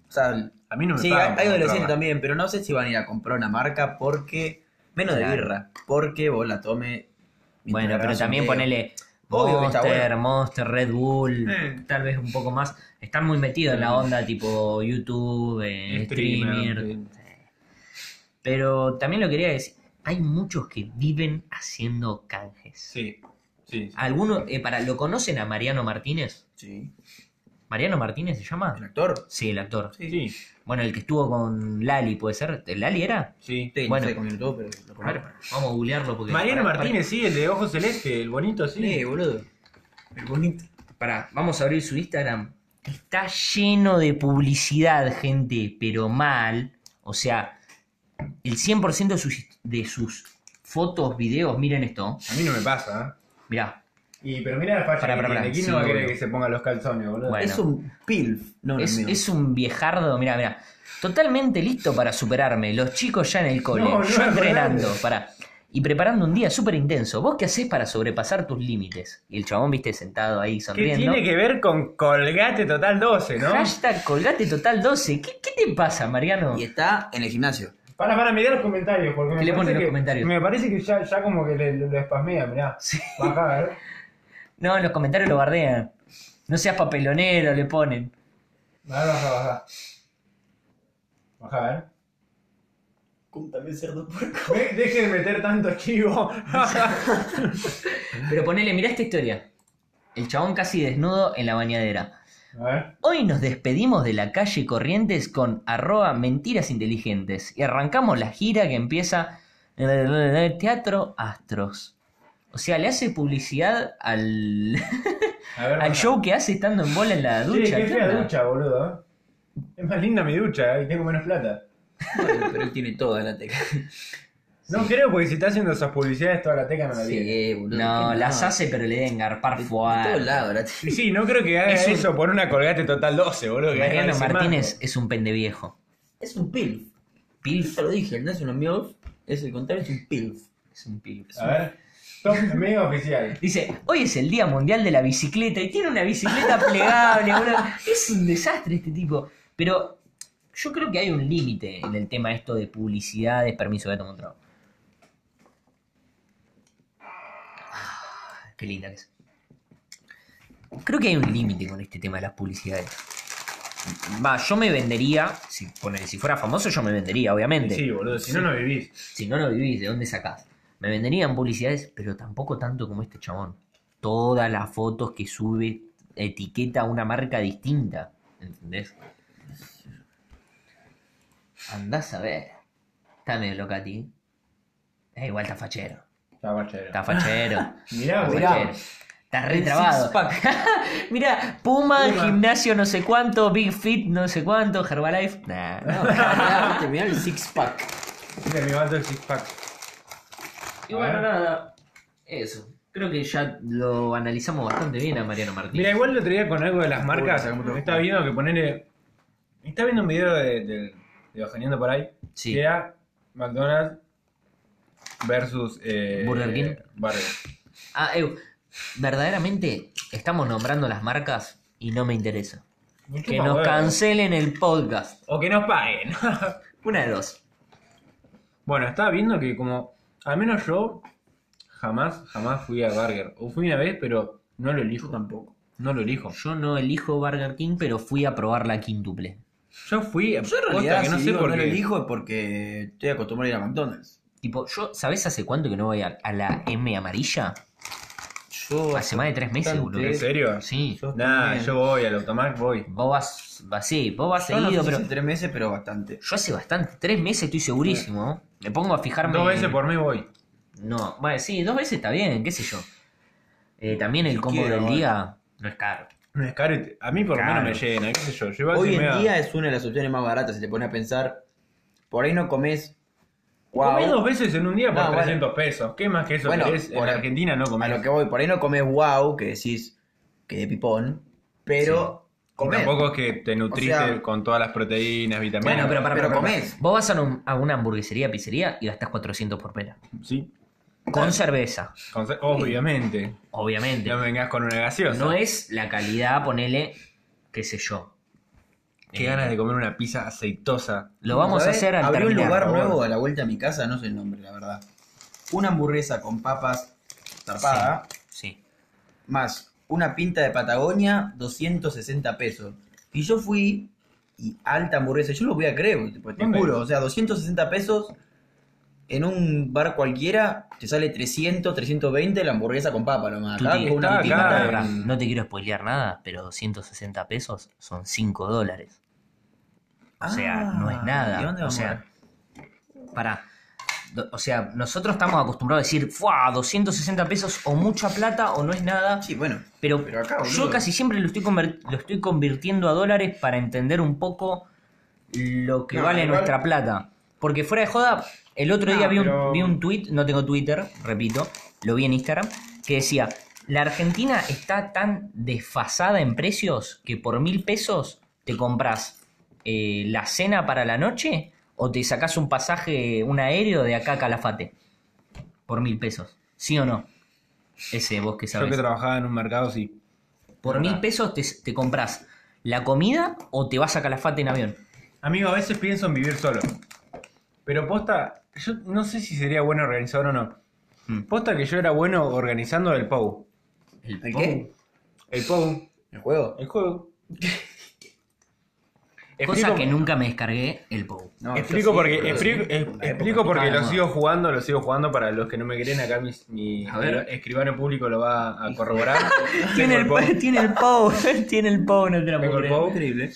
[SPEAKER 2] O sea,
[SPEAKER 3] A mí no me
[SPEAKER 2] sí,
[SPEAKER 3] pagan.
[SPEAKER 2] hay-
[SPEAKER 3] por
[SPEAKER 2] hay
[SPEAKER 3] no
[SPEAKER 2] adolescentes
[SPEAKER 3] trabajar.
[SPEAKER 2] también, pero no sé si van a ir a comprar una marca porque. Menos de
[SPEAKER 1] Claro.
[SPEAKER 2] birra, porque vos la tome
[SPEAKER 1] Bueno, pero
[SPEAKER 2] agarrás
[SPEAKER 1] también
[SPEAKER 2] un dedo.
[SPEAKER 1] ponele
[SPEAKER 2] Obvio que está
[SPEAKER 1] Monster,
[SPEAKER 2] bueno.
[SPEAKER 1] Monster, Red Bull,
[SPEAKER 3] Eh.
[SPEAKER 1] tal vez un poco más. Están muy metidos en la onda tipo YouTube, eh, streamer. Pero también lo quería decir, hay muchos que viven haciendo canjes.
[SPEAKER 3] Sí, sí. sí.
[SPEAKER 1] Algunos, eh, para, ¿lo conocen a Mariano Martínez?
[SPEAKER 2] Sí.
[SPEAKER 1] ¿Mariano Martínez se llama?
[SPEAKER 2] ¿El actor?
[SPEAKER 1] Sí, el actor.
[SPEAKER 3] Sí,
[SPEAKER 1] Bueno, el que estuvo con Lali, ¿puede ser? ¿El ¿Lali era?
[SPEAKER 3] sí.
[SPEAKER 2] Sí,
[SPEAKER 1] Bueno.
[SPEAKER 2] no sé con el todo, pero lo
[SPEAKER 1] A ver,
[SPEAKER 2] conozco.
[SPEAKER 1] vamos a googlearlo porque...
[SPEAKER 3] Mariano
[SPEAKER 1] pará, pará.
[SPEAKER 3] Martínez, sí, el de Ojo Celeste, el bonito, sí.
[SPEAKER 2] Sí, boludo. El bonito.
[SPEAKER 1] Pará, vamos a abrir su Instagram. Está lleno de publicidad, gente, pero mal. O sea, el 100% de sus, de sus fotos, videos, miren esto.
[SPEAKER 3] A mí no me pasa, ¿eh?
[SPEAKER 1] Mirá,
[SPEAKER 3] Y, pero mira la falla
[SPEAKER 1] Pará,
[SPEAKER 3] que
[SPEAKER 1] pará,
[SPEAKER 3] tiene.
[SPEAKER 1] pará,
[SPEAKER 3] ¿Quién
[SPEAKER 1] sí,
[SPEAKER 3] no va a
[SPEAKER 1] boludo.
[SPEAKER 3] querer que se ponga los calzones, boludo?
[SPEAKER 1] Bueno.
[SPEAKER 2] Es un pilf. No,
[SPEAKER 1] es,
[SPEAKER 2] no, amigo.
[SPEAKER 1] es un viejardo, mirá, mirá. Totalmente listo para superarme. Los chicos ya en el cole,
[SPEAKER 3] No, no,
[SPEAKER 1] yo entrenando,
[SPEAKER 3] Fernández.
[SPEAKER 1] pará. Y preparando un día súper intenso. ¿Vos qué hacés para sobrepasar tus límites? Y el chabón, viste, sentado ahí
[SPEAKER 3] ¿Qué
[SPEAKER 1] sonriendo.
[SPEAKER 3] tiene que ver con Colgate Total 12, no?
[SPEAKER 1] Hashtag colgate total 12. ¿Qué, qué te pasa, Mariano?
[SPEAKER 2] Y está en el gimnasio.
[SPEAKER 3] Para, para, mirá los comentarios. Porque me
[SPEAKER 1] ¿Qué le
[SPEAKER 3] parece
[SPEAKER 1] ponen los
[SPEAKER 3] que-
[SPEAKER 1] comentarios?
[SPEAKER 3] Me parece que ya, ya como que le, le- lo espasmea, mirá.
[SPEAKER 1] Sí.
[SPEAKER 3] Baja, a ver.
[SPEAKER 1] No, en los comentarios lo bardean. No seas papelonero, le ponen.
[SPEAKER 3] A ver, baja, baja. Baja, a ver.
[SPEAKER 2] Cúntame cerdo
[SPEAKER 3] Ve- Dejen de meter tanto chivo.
[SPEAKER 1] Pero ponele, mirá esta historia. El chabón casi desnudo en la bañadera.
[SPEAKER 3] A ver.
[SPEAKER 1] Hoy nos despedimos de la calle Corrientes con arroba mentiras inteligentes y arrancamos la gira que empieza en el Teatro Astros. O sea, le hace publicidad al,
[SPEAKER 3] A ver
[SPEAKER 1] al
[SPEAKER 3] baja.
[SPEAKER 1] show que hace estando en bola en la
[SPEAKER 3] Che,
[SPEAKER 1] ducha.
[SPEAKER 3] qué
[SPEAKER 1] ¿Qué
[SPEAKER 3] fea
[SPEAKER 1] onda?
[SPEAKER 3] ducha, boludo. ¿eh? Es más linda mi ducha eh, y tengo menos plata.
[SPEAKER 2] pero él tiene toda la teca.
[SPEAKER 3] No creo porque si está haciendo esas publicidades toda la teca no la tiene.
[SPEAKER 2] Sí, boludo.
[SPEAKER 1] No,
[SPEAKER 2] ¿qué
[SPEAKER 1] las
[SPEAKER 2] más?
[SPEAKER 1] hace pero le deben garpar
[SPEAKER 2] De
[SPEAKER 1] fuerte.
[SPEAKER 2] todos lados la
[SPEAKER 3] Y
[SPEAKER 2] teca.
[SPEAKER 3] sí, no creo que haga
[SPEAKER 1] Es un-
[SPEAKER 3] eso por una colgate total 12, boludo. que haga
[SPEAKER 1] Mariano
[SPEAKER 3] ese
[SPEAKER 1] Martínez
[SPEAKER 3] marco.
[SPEAKER 1] es un pendeviejo.
[SPEAKER 2] Es un pilf. Yo
[SPEAKER 1] Pilf
[SPEAKER 2] ya lo dije, el National Milf es el contrario, es un pilf.
[SPEAKER 1] es un pilf.
[SPEAKER 2] Ah,
[SPEAKER 3] A ver. Top medio oficial.
[SPEAKER 1] Dice, hoy es el Día Mundial de la Bicicleta y tiene una bicicleta plegable. boludo. Es un desastre este tipo. Pero yo creo que hay un límite en el tema esto de publicidades. Permiso, voy a tomar un trago. Ah, Qué linda que es. Creo que hay un límite con este tema de las publicidades. Va, yo me vendería, si, ponele, si fuera famoso yo me vendería, obviamente.
[SPEAKER 3] Sí, boludo, si no, no vivís.
[SPEAKER 1] Si no lo vivís, ¿de dónde sacás? Me venderían publicidades, pero tampoco tanto como este chabón. Todas las fotos que sube etiqueta a una marca distinta. ¿Entendés? Andás a ver. Está medio loca a ti. Eh, igual está fachero.
[SPEAKER 3] Está guachero.
[SPEAKER 1] Está fachero.
[SPEAKER 3] Mirá,
[SPEAKER 1] Está
[SPEAKER 3] mirá.
[SPEAKER 1] fachero. Está
[SPEAKER 2] El
[SPEAKER 1] retrabado.
[SPEAKER 2] six-pack.
[SPEAKER 1] Mira, Puma,
[SPEAKER 3] Puma.
[SPEAKER 1] gimnasio no sé cuánto, Big Fit no sé cuánto, Herbalife. Nah, no.
[SPEAKER 2] No, mirá, viste, mirá el six pack.
[SPEAKER 3] Mira, mi vato el six pack.
[SPEAKER 1] Y bueno, nada, eso. Creo que ya lo analizamos bastante bien a Mariano Martínez.
[SPEAKER 3] Mira, igual lo traía con algo de las marcas. Me estaba viendo que ponerle. Estaba viendo un video de, de, de Bajoneando por ahí.
[SPEAKER 1] Sí.
[SPEAKER 3] Que era McDonald's versus. eh,
[SPEAKER 1] Burger King.
[SPEAKER 3] Burger.
[SPEAKER 1] Ah, eu, verdaderamente estamos nombrando las marcas y no me interesa.
[SPEAKER 3] Me
[SPEAKER 1] Que
[SPEAKER 3] chupa
[SPEAKER 1] nos
[SPEAKER 3] huevo.
[SPEAKER 1] cancelen el podcast.
[SPEAKER 3] O que nos paguen.
[SPEAKER 1] Una de dos.
[SPEAKER 3] bueno, estaba viendo que como. Al menos yo jamás, jamás fui a Burger. O fui una vez, pero no lo elijo. tampoco. No lo elijo.
[SPEAKER 1] Yo no elijo Burger King, pero fui a probar la quíntuple.
[SPEAKER 3] Yo fui a
[SPEAKER 2] Yo en realidad,
[SPEAKER 3] posta que no
[SPEAKER 2] si
[SPEAKER 3] sé
[SPEAKER 2] digo
[SPEAKER 3] por
[SPEAKER 2] no
[SPEAKER 3] qué.
[SPEAKER 2] lo elijo es porque estoy acostumbrado a ir a McDonald's.
[SPEAKER 1] Tipo, yo, ¿sabés hace cuánto que no voy a, a la M amarilla?
[SPEAKER 2] Yo
[SPEAKER 1] Hace más de tres meses,
[SPEAKER 2] Bastante.
[SPEAKER 1] boludo.
[SPEAKER 3] ¿En serio?
[SPEAKER 1] Sí.
[SPEAKER 2] Yo
[SPEAKER 3] Nah,
[SPEAKER 2] también.
[SPEAKER 3] yo voy al automac, voy.
[SPEAKER 1] Vos vas, vas- sí, vos vas
[SPEAKER 2] Yo no
[SPEAKER 1] seguido,
[SPEAKER 2] sé si
[SPEAKER 1] pero
[SPEAKER 2] hace tres meses, pero bastante.
[SPEAKER 1] yo hace bastante, tres meses estoy segurísimo. ¿no? Me pongo a fijarme.
[SPEAKER 3] Dos veces por mí voy.
[SPEAKER 1] No, bueno, sí, dos veces está bien, qué sé yo. Eh, también el combo
[SPEAKER 2] quiero,
[SPEAKER 1] del
[SPEAKER 2] bueno.
[SPEAKER 1] día no es caro.
[SPEAKER 3] No es caro. y te- A mí por lo
[SPEAKER 1] Caro.
[SPEAKER 3] menos me llena, qué sé yo. yo igual
[SPEAKER 2] Hoy
[SPEAKER 3] si
[SPEAKER 2] en
[SPEAKER 3] me da-
[SPEAKER 2] día es una de las opciones más baratas, si te pones a pensar. Por ahí no comes. guau.
[SPEAKER 3] Comés dos veces en un día por
[SPEAKER 2] No, bueno.
[SPEAKER 3] 300 pesos. ¿Qué más que eso
[SPEAKER 2] Bueno,
[SPEAKER 3] querés? En
[SPEAKER 2] por-
[SPEAKER 3] Argentina no
[SPEAKER 2] A
[SPEAKER 3] comés.
[SPEAKER 2] lo que voy, por ahí no comes wow, que decís que de pipón, pero comés.
[SPEAKER 3] Tampoco es que te nutriste
[SPEAKER 2] O sea-
[SPEAKER 3] con todas las proteínas, vitaminas.
[SPEAKER 1] Bueno, pero para,
[SPEAKER 2] pero
[SPEAKER 1] para, para.
[SPEAKER 2] comés.
[SPEAKER 1] Vos vas a, un- a una hamburguesería, pizzería y gastas 400 por pera.
[SPEAKER 3] Sí.
[SPEAKER 1] Con cerveza,
[SPEAKER 3] Con- Obviamente.
[SPEAKER 1] obviamente.
[SPEAKER 3] No vengas con una gaseosa.
[SPEAKER 1] No es la calidad, ponele, qué sé yo. Eh,
[SPEAKER 3] Qué ganas de comer una pizza aceitosa.
[SPEAKER 1] Lo vamos a
[SPEAKER 2] ¿Sabés?
[SPEAKER 1] hacer al
[SPEAKER 2] Abrió un
[SPEAKER 1] terminar.
[SPEAKER 2] lugar
[SPEAKER 1] ¿no?
[SPEAKER 2] nuevo a la vuelta a mi casa, no sé el nombre, la verdad. Una hamburguesa con papas Zarpada.
[SPEAKER 1] Sí.
[SPEAKER 2] más una pinta de Patagonia, 260 pesos. Y yo fui y alta hamburguesa, yo lo voy a creer, tipo, te
[SPEAKER 3] ¿Dónde?
[SPEAKER 2] juro, o sea, 260 pesos en un bar cualquiera te sale 300, 320 la hamburguesa con papa nomás.
[SPEAKER 1] Tú
[SPEAKER 2] Acá
[SPEAKER 1] te-
[SPEAKER 2] con una
[SPEAKER 3] está
[SPEAKER 1] Y
[SPEAKER 2] última,
[SPEAKER 3] acá,
[SPEAKER 1] pará,
[SPEAKER 2] acá.
[SPEAKER 1] pará,
[SPEAKER 3] en-
[SPEAKER 1] no te quiero spoilear nada, pero 260 pesos son 5 dólares. O sea,
[SPEAKER 2] Ah,
[SPEAKER 1] no es
[SPEAKER 2] ¿y dónde
[SPEAKER 1] nada. O
[SPEAKER 2] vamos a
[SPEAKER 1] sea, pará. Do- O sea, nosotros estamos acostumbrados a decir, ¡fua! 260 pesos o mucha plata o no es nada.
[SPEAKER 2] Sí, bueno.
[SPEAKER 1] Pero,
[SPEAKER 2] Pero acá, boludo.
[SPEAKER 1] yo casi siempre lo estoy, conver- lo estoy convirtiendo a dólares para entender un poco lo que
[SPEAKER 3] No,
[SPEAKER 1] vale
[SPEAKER 3] igual-
[SPEAKER 1] nuestra plata. Porque fuera de joda, el otro
[SPEAKER 3] No,
[SPEAKER 1] día vi un,
[SPEAKER 3] pero-
[SPEAKER 1] vi un tweet, no tengo Twitter, repito, lo vi en Instagram, que decía, la Argentina está tan desfasada en precios que por mil pesos te compras eh, la cena para la noche o te sacas un pasaje, un aéreo de acá a Calafate. Por mil pesos. ¿Sí o no? Ese vos que
[SPEAKER 3] Yo
[SPEAKER 1] sabés.
[SPEAKER 3] que trabajaba en un mercado, sí.
[SPEAKER 1] Por mil pesos te, te compras la comida o te vas a Calafate en avión.
[SPEAKER 3] Amigo, a veces pienso en vivir solo. Pero posta, yo no sé si sería bueno organizador o no.
[SPEAKER 1] Mm.
[SPEAKER 3] Posta que yo era bueno organizando el POU.
[SPEAKER 2] ¿El qué?
[SPEAKER 3] El POU.
[SPEAKER 2] ¿El juego?
[SPEAKER 3] El juego.
[SPEAKER 1] Cosa que nunca me descargué el POU.
[SPEAKER 2] No,
[SPEAKER 3] explico
[SPEAKER 2] yo sí,
[SPEAKER 3] porque,
[SPEAKER 2] boludo.
[SPEAKER 3] explico, es-
[SPEAKER 2] En la época
[SPEAKER 3] explico
[SPEAKER 1] estaba
[SPEAKER 3] porque
[SPEAKER 1] de
[SPEAKER 3] lo
[SPEAKER 1] moda.
[SPEAKER 3] sigo jugando, lo sigo jugando para los que no me creen acá mi, mi
[SPEAKER 1] A ver.
[SPEAKER 3] escribano público lo va a corroborar.
[SPEAKER 1] Tiene el,
[SPEAKER 3] Tengo
[SPEAKER 1] POU, tiene el POU, tiene el POU, no te la
[SPEAKER 3] Tengo
[SPEAKER 1] puedo
[SPEAKER 3] el
[SPEAKER 1] creer.
[SPEAKER 3] POU.
[SPEAKER 2] Increíble.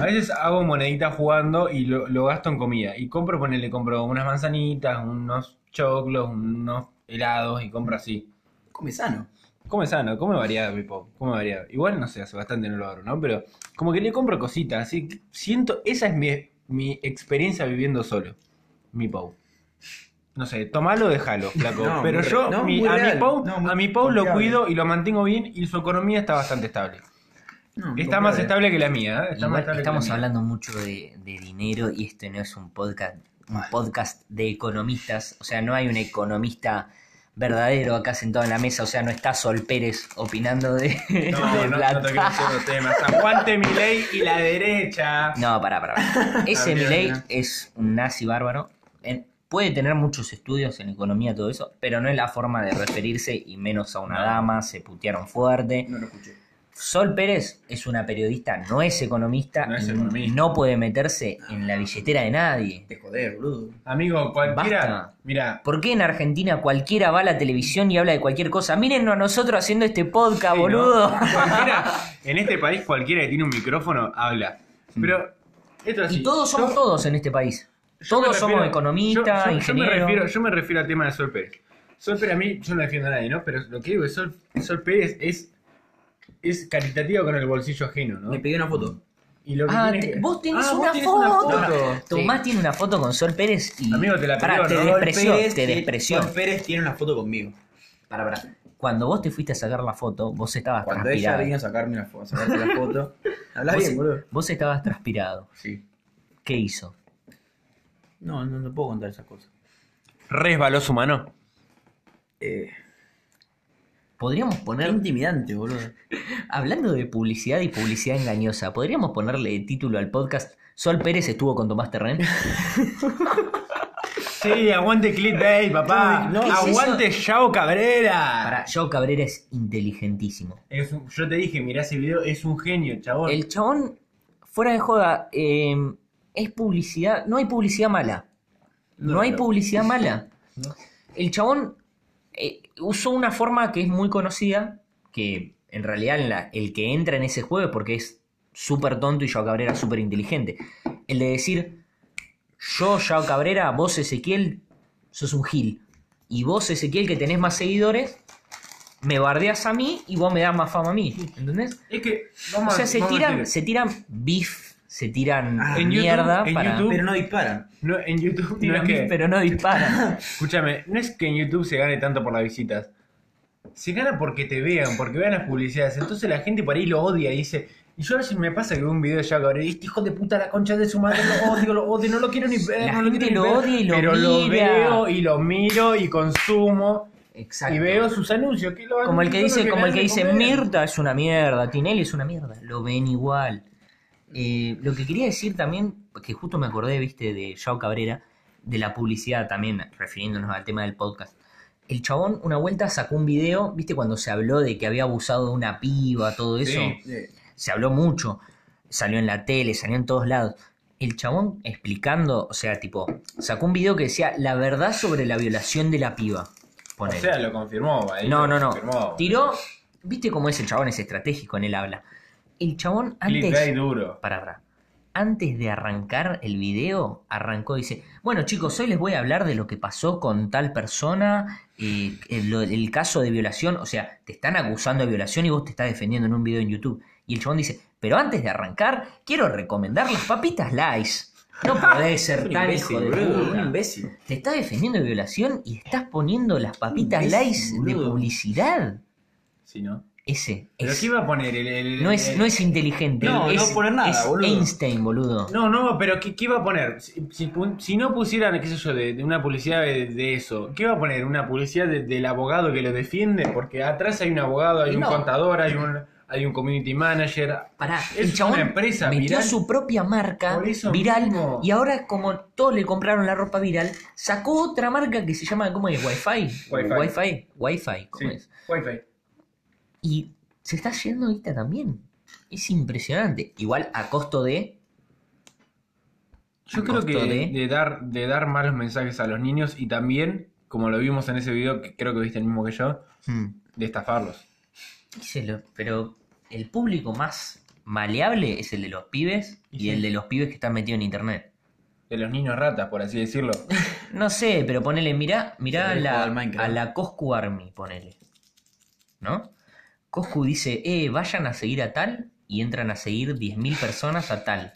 [SPEAKER 3] A veces hago moneditas jugando y lo, lo gasto en comida. Y compro, ponele, compro unas manzanitas, unos choclos, unos helados y compro así.
[SPEAKER 2] Come sano.
[SPEAKER 3] Come sano, come variado, Pipo, come variado. Igual no sé, hace bastante no lo abro, ¿no? Pero como que le compro cositas, así que siento, esa es mi, mi experiencia viviendo solo, mi Pou. No sé, tomalo o déjalo, flaco.
[SPEAKER 2] No,
[SPEAKER 3] pero
[SPEAKER 2] muy
[SPEAKER 3] yo
[SPEAKER 2] re- no,
[SPEAKER 3] mi-
[SPEAKER 2] muy
[SPEAKER 3] a, mi
[SPEAKER 2] real.
[SPEAKER 3] Pou,
[SPEAKER 2] No, muy
[SPEAKER 3] a mi Pou lo
[SPEAKER 2] confiable.
[SPEAKER 3] cuido y lo mantengo bien y su economía está bastante estable.
[SPEAKER 2] No,
[SPEAKER 3] Está
[SPEAKER 2] no,
[SPEAKER 3] más
[SPEAKER 2] claro.
[SPEAKER 3] estable que la mía, ¿eh? Está
[SPEAKER 1] Igual
[SPEAKER 3] más estable que la
[SPEAKER 1] estamos
[SPEAKER 3] mía.
[SPEAKER 1] hablando mucho de, de dinero y este no es un podcast, un podcast de economistas. O sea, no hay un economista verdadero acá sentado en la mesa. O sea, no está Sol Pérez opinando de,
[SPEAKER 3] No,
[SPEAKER 1] de
[SPEAKER 3] no,
[SPEAKER 1] plata.
[SPEAKER 3] no toquemos otro tema. Aguante mi ley y la derecha.
[SPEAKER 1] No, pará, pará. pará. Ese
[SPEAKER 3] Ah, mira,
[SPEAKER 1] Milei
[SPEAKER 3] mira.
[SPEAKER 1] es un nazi bárbaro. En- puede tener muchos estudios en economía, todo eso, pero no es la forma de referirse y menos a una dama. Se putearon fuerte.
[SPEAKER 2] No lo escuché.
[SPEAKER 1] Sol Pérez es una periodista, no es economista.
[SPEAKER 3] No es
[SPEAKER 1] y
[SPEAKER 3] economista.
[SPEAKER 1] no puede meterse en la billetera de nadie.
[SPEAKER 2] Te joder, boludo.
[SPEAKER 3] Amigo, cualquiera.
[SPEAKER 1] Basta.
[SPEAKER 3] Mira,
[SPEAKER 1] ¿Por qué en Argentina cualquiera va a la televisión y habla de cualquier cosa? Mírennos a nosotros haciendo este podcast,
[SPEAKER 3] Sí, ¿no?
[SPEAKER 1] boludo.
[SPEAKER 3] Cualquiera- en este país cualquiera que tiene un micrófono habla. Pero esto es así.
[SPEAKER 1] Mm. Y todos somos
[SPEAKER 3] Yo-
[SPEAKER 1] todos en este país.
[SPEAKER 3] yo me
[SPEAKER 1] Todos
[SPEAKER 3] refiero-
[SPEAKER 1] somos
[SPEAKER 3] yo- yo-
[SPEAKER 1] economistas,
[SPEAKER 3] Yo me, refiero,
[SPEAKER 1] ingenieros.
[SPEAKER 3] yo me refiero al tema de Sol Pérez. Sol Pérez a mí, yo no defiendo a nadie, ¿no? Pero lo que digo es Sol, Sol Pérez es, es caritativo con el bolsillo ajeno, ¿no?
[SPEAKER 2] Me pedí una foto.
[SPEAKER 3] Y lo que
[SPEAKER 1] Ah,
[SPEAKER 3] tiene
[SPEAKER 1] te-
[SPEAKER 3] es que-
[SPEAKER 1] vos tenés
[SPEAKER 3] Ah,
[SPEAKER 1] una
[SPEAKER 3] tenés
[SPEAKER 1] foto.
[SPEAKER 2] Foto.
[SPEAKER 1] Tomás tiene una foto con Sol Pérez y.
[SPEAKER 3] Amigo, te la
[SPEAKER 1] Pará,
[SPEAKER 3] peleó,
[SPEAKER 1] te
[SPEAKER 3] ¿no?
[SPEAKER 2] Sol
[SPEAKER 1] despreció, te
[SPEAKER 2] Pérez tiene-
[SPEAKER 1] despreció.
[SPEAKER 2] Sol Pérez tiene una foto conmigo.
[SPEAKER 1] Pará, pará. Cuando vos te fuiste a sacar la foto, vos estabas
[SPEAKER 2] Cuando
[SPEAKER 1] transpirado.
[SPEAKER 2] ella vino a sacarme la foto, a sacarte la foto. Hablas
[SPEAKER 1] Vos-
[SPEAKER 2] bien, boludo.
[SPEAKER 1] Vos estabas transpirado.
[SPEAKER 2] Sí.
[SPEAKER 1] ¿Qué hizo?
[SPEAKER 2] No, no, no puedo contar esas cosas.
[SPEAKER 3] Resbaló su mano.
[SPEAKER 2] Eh,
[SPEAKER 1] Podríamos
[SPEAKER 2] qué
[SPEAKER 1] poner.
[SPEAKER 2] intimidante, boludo.
[SPEAKER 1] Hablando de publicidad y publicidad engañosa, ¿podríamos ponerle título al podcast Sol Pérez estuvo con Tomás Terren?
[SPEAKER 3] Sí, aguante clickbait, papá.
[SPEAKER 1] No, ¿qué es
[SPEAKER 3] aguante Yao Cabrera.
[SPEAKER 1] Para Joe Cabrera es inteligentísimo.
[SPEAKER 3] Es un- yo te dije, mirá ese video, es un genio, chabón.
[SPEAKER 1] El chabón, fuera de joda, eh, es publicidad. No hay publicidad mala. No,
[SPEAKER 2] No,
[SPEAKER 1] hay
[SPEAKER 2] no.
[SPEAKER 1] publicidad mala.
[SPEAKER 3] No.
[SPEAKER 1] El chabón eh, usó una forma que es muy conocida, que en realidad en la- el que entra en ese juego es porque es súper tonto y Yao Cabrera súper inteligente. El de decir, yo, Yao Cabrera, vos, Ezequiel, sos un gil. Y vos, Ezequiel, que tenés más seguidores, me bardeás a mí y vos me das más fama a mí. ¿Entendés?
[SPEAKER 3] Es que,
[SPEAKER 1] O
[SPEAKER 3] vamos a-
[SPEAKER 1] sea, se
[SPEAKER 3] vamos a
[SPEAKER 1] tiran,
[SPEAKER 3] decir,
[SPEAKER 1] se tiran beef, se tiran
[SPEAKER 2] Ah,
[SPEAKER 3] en
[SPEAKER 1] mierda
[SPEAKER 3] YouTube- en
[SPEAKER 1] para.
[SPEAKER 3] YouTube-
[SPEAKER 2] Pero no disparan.
[SPEAKER 3] no, en YouTube, no es
[SPEAKER 1] Tiran beef,
[SPEAKER 3] que,
[SPEAKER 1] pero no disparan.
[SPEAKER 3] escúchame, no es que en YouTube se gane tanto por las visitas. Se gana porque te vean, porque vean las publicidades. Entonces la gente por ahí lo odia y dice. Y yo a veces me pasa que veo un video de Yao Cabrera y este hijo de puta, la concha de su madre, lo odio, lo odio, no lo quiero ni ver.
[SPEAKER 1] La
[SPEAKER 3] no lo
[SPEAKER 1] gente
[SPEAKER 3] quiero ni
[SPEAKER 1] lo
[SPEAKER 3] ver".
[SPEAKER 1] odia y lo
[SPEAKER 3] Pero lo
[SPEAKER 1] mira.
[SPEAKER 3] veo y lo miro y consumo
[SPEAKER 1] Exacto.
[SPEAKER 3] y veo sus anuncios. que lo-
[SPEAKER 1] como el que
[SPEAKER 3] lo
[SPEAKER 1] dice, como el
[SPEAKER 3] dan
[SPEAKER 1] que
[SPEAKER 3] de
[SPEAKER 1] dice,
[SPEAKER 3] comer.
[SPEAKER 1] Mirta es una mierda, Tinelli es una mierda. Lo ven igual. Eh, lo que quería decir también, que justo me acordé, viste, de Yao Cabrera, de la publicidad también, refiriéndonos al tema del podcast. El chabón una vuelta sacó un video, ¿viste? Cuando se habló de que había abusado de una piba, todo eso.
[SPEAKER 3] Sí.
[SPEAKER 1] Se habló mucho. Salió en la tele, salió en todos lados. El chabón explicando, o sea, tipo, sacó un video que decía la verdad sobre la violación de la piba.
[SPEAKER 3] O
[SPEAKER 1] Ponele.
[SPEAKER 3] sea, lo confirmó. ahí
[SPEAKER 1] no,
[SPEAKER 3] lo
[SPEAKER 1] no, no.
[SPEAKER 3] confirmó.
[SPEAKER 1] Tiró. ¿Viste cómo es el chabón? Es estratégico en el habla. El chabón antes.
[SPEAKER 3] Clickbait duro.
[SPEAKER 1] Pará, pará. Antes de arrancar el video, arrancó y dice, bueno chicos, hoy les voy a hablar de lo que pasó con tal persona, eh, el, lo- el caso de violación, o sea, te están acusando de violación y vos te estás defendiendo en un video en YouTube. Y el chabón dice, pero antes de arrancar, quiero recomendar las papitas Lice. No podés ser
[SPEAKER 2] Un
[SPEAKER 1] tan
[SPEAKER 2] imbécil,
[SPEAKER 1] hijo de
[SPEAKER 2] boludo,
[SPEAKER 1] puta.
[SPEAKER 2] un imbécil.
[SPEAKER 1] Te estás defendiendo de violación y estás poniendo las papitas
[SPEAKER 2] Imbécil,
[SPEAKER 1] Lice de
[SPEAKER 2] boludo.
[SPEAKER 1] publicidad.
[SPEAKER 3] Sí, ¿no?
[SPEAKER 1] Ese,
[SPEAKER 3] Pero
[SPEAKER 1] es-
[SPEAKER 3] ¿qué iba a poner? El, el-
[SPEAKER 1] no, es,
[SPEAKER 3] el-
[SPEAKER 1] no es inteligente.
[SPEAKER 3] No, no
[SPEAKER 1] es,
[SPEAKER 3] poner nada,
[SPEAKER 1] es
[SPEAKER 3] boludo.
[SPEAKER 1] Einstein, boludo.
[SPEAKER 3] No, no, pero ¿qué, qué iba a poner? Si, si pu- si no pusieran, qué sé yo, de, de una publicidad de, de eso, ¿qué iba a poner? ¿Una publicidad de- del abogado que lo defiende? Porque atrás hay un abogado, hay un
[SPEAKER 1] No.
[SPEAKER 3] contador, hay un, hay un community manager.
[SPEAKER 1] Pará,
[SPEAKER 3] Es
[SPEAKER 1] el chabón
[SPEAKER 3] una empresa
[SPEAKER 1] metió
[SPEAKER 3] viral.
[SPEAKER 1] su propia marca
[SPEAKER 3] Por eso
[SPEAKER 1] viral
[SPEAKER 3] mismo.
[SPEAKER 1] y ahora como todos le compraron la ropa viral, sacó otra marca que se llama, ¿cómo es? Wi-Fi.
[SPEAKER 3] Wi-Fi.
[SPEAKER 1] Wi-Fi, Wi-Fi, ¿cómo
[SPEAKER 3] Sí,
[SPEAKER 1] es?
[SPEAKER 3] Wi-Fi.
[SPEAKER 1] Y se está yendo ahorita también. Es impresionante. Igual a costo de...
[SPEAKER 3] Yo creo que
[SPEAKER 1] Costo de-
[SPEAKER 3] de... dar, de dar malos mensajes a los niños y también, como lo vimos en ese video, que creo que viste el mismo que yo,
[SPEAKER 1] Hmm,
[SPEAKER 3] de estafarlos.
[SPEAKER 1] qué sé yo, pero el público más maleable es el de los pibes y
[SPEAKER 3] Y sí.
[SPEAKER 1] el de los pibes que están metidos en internet.
[SPEAKER 3] De los niños ratas, por así decirlo.
[SPEAKER 1] No sé, pero ponele, mirá, mirá
[SPEAKER 2] Se
[SPEAKER 1] a,
[SPEAKER 2] debe
[SPEAKER 1] la,
[SPEAKER 2] jugar al Minecraft.
[SPEAKER 1] a la Coscu Army, ponele. ¿No? Coscu dice, eh, vayan a seguir a tal y entran a seguir 10.000 personas a tal.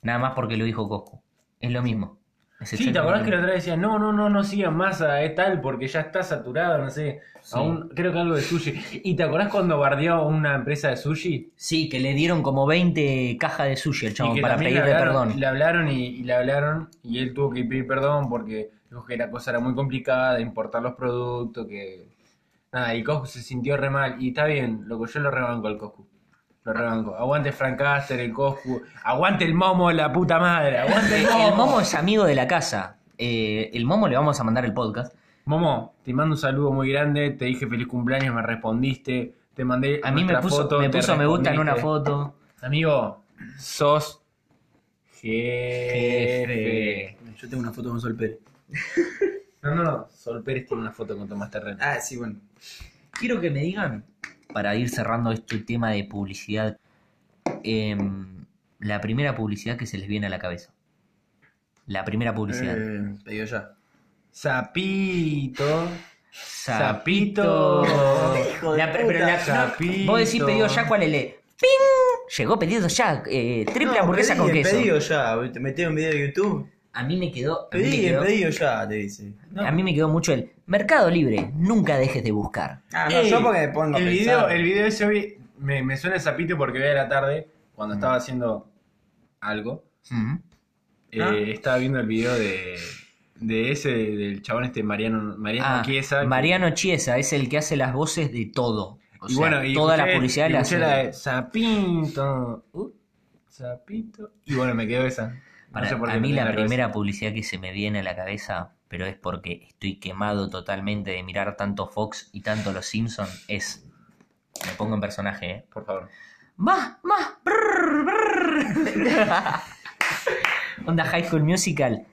[SPEAKER 1] Nada más porque lo dijo Coscu. Es lo mismo. Es
[SPEAKER 3] Sí, ¿te
[SPEAKER 1] exactamente
[SPEAKER 3] acordás
[SPEAKER 1] lo
[SPEAKER 3] que la
[SPEAKER 1] mismo.
[SPEAKER 3] otra vez decía, no, no, no, no sigan más a es tal porque ya está saturado, no sé,
[SPEAKER 1] Sí.
[SPEAKER 3] a un- creo que algo de sushi. ¿Y te acordás cuando bardeó a una empresa de sushi?
[SPEAKER 1] Sí, que le dieron como 20 cajas de sushi al
[SPEAKER 3] y
[SPEAKER 1] chabón
[SPEAKER 3] que
[SPEAKER 1] para
[SPEAKER 3] también
[SPEAKER 1] pedirle
[SPEAKER 3] le hablaron,
[SPEAKER 1] perdón.
[SPEAKER 3] Le hablaron y, y le hablaron y él tuvo que pedir perdón porque dijo que la cosa era muy complicada de importar los productos, que... Nada, y Coscu se sintió re mal. Y está bien, loco, yo lo rebanco al Coscu. Lo rebanco. Aguante Frank Caster, el Coscu. Aguante el Momo, la puta madre. Aguante el
[SPEAKER 1] Eh,
[SPEAKER 3] Momo.
[SPEAKER 1] El Momo es amigo de la casa. Eh, el Momo le vamos a mandar el podcast.
[SPEAKER 3] Momo, te mando un saludo muy grande, te dije feliz cumpleaños, me respondiste, te mandé
[SPEAKER 1] A mí me
[SPEAKER 3] nuestra
[SPEAKER 1] puso,
[SPEAKER 3] foto,
[SPEAKER 1] me,
[SPEAKER 3] te
[SPEAKER 1] puso me gusta en una
[SPEAKER 3] respondiste.
[SPEAKER 1] foto.
[SPEAKER 3] Amigo, sos jefe.
[SPEAKER 2] Yo tengo una foto con Sol Pérez.
[SPEAKER 3] No, no, no, Sol Pérez tiene una foto con Tomás Terreno.
[SPEAKER 2] Ah, sí, bueno.
[SPEAKER 1] Quiero que me digan, para ir cerrando este tema de publicidad, em, la primera publicidad que se les viene a la cabeza. La primera publicidad.
[SPEAKER 2] Eh, pedido ya.
[SPEAKER 3] Zapito,
[SPEAKER 1] Sapito.
[SPEAKER 3] zapito.
[SPEAKER 2] Hijo de
[SPEAKER 1] La pre- pero
[SPEAKER 2] puta,
[SPEAKER 1] la- no,
[SPEAKER 3] sapito.
[SPEAKER 1] vos decís pedido ya, ¿cuál es? ¡Ping! Llegó pedido ya, eh, triple hamburguesa con queso.
[SPEAKER 2] Pedido ya. Te metí un video de YouTube.
[SPEAKER 1] A mí me quedó. A mí me
[SPEAKER 2] Pedí,
[SPEAKER 1] quedó,
[SPEAKER 2] pedido ya, te dice. No.
[SPEAKER 1] a mí me quedó mucho el Mercado Libre, nunca dejes de buscar.
[SPEAKER 2] Ah, no,
[SPEAKER 3] Ey,
[SPEAKER 2] yo porque me pongo a
[SPEAKER 3] el
[SPEAKER 2] pensar.
[SPEAKER 3] video, el video ese hoy me, me suena el zapito porque hoy a la tarde, cuando estaba haciendo algo,
[SPEAKER 1] Mm.
[SPEAKER 3] Eh,
[SPEAKER 2] ¿Ah?
[SPEAKER 3] Estaba viendo el video de, de ese, del chabón este Mariano, Mariano
[SPEAKER 1] Ah,
[SPEAKER 3] Chiesa. que-
[SPEAKER 1] Mariano Chiesa es el que hace las voces de todo. O
[SPEAKER 3] y
[SPEAKER 1] sea,
[SPEAKER 3] bueno, y
[SPEAKER 1] toda la
[SPEAKER 3] escuché-
[SPEAKER 1] publicidad
[SPEAKER 3] y
[SPEAKER 1] la
[SPEAKER 3] escuché
[SPEAKER 1] hace.
[SPEAKER 3] la de Zapinto. uh, Zapito. Y bueno, me quedó esa. No
[SPEAKER 1] Para-
[SPEAKER 3] sé por qué
[SPEAKER 1] a mí
[SPEAKER 3] me
[SPEAKER 1] la
[SPEAKER 3] quedó esa.
[SPEAKER 1] primera publicidad que se me viene a la cabeza, pero es porque estoy quemado totalmente de mirar tanto Fox y tanto Los Simpson es. Me pongo en personaje, ¿eh?
[SPEAKER 3] Por favor.
[SPEAKER 1] ¡Más! ¡Más! brr, brr. Onda High School Musical.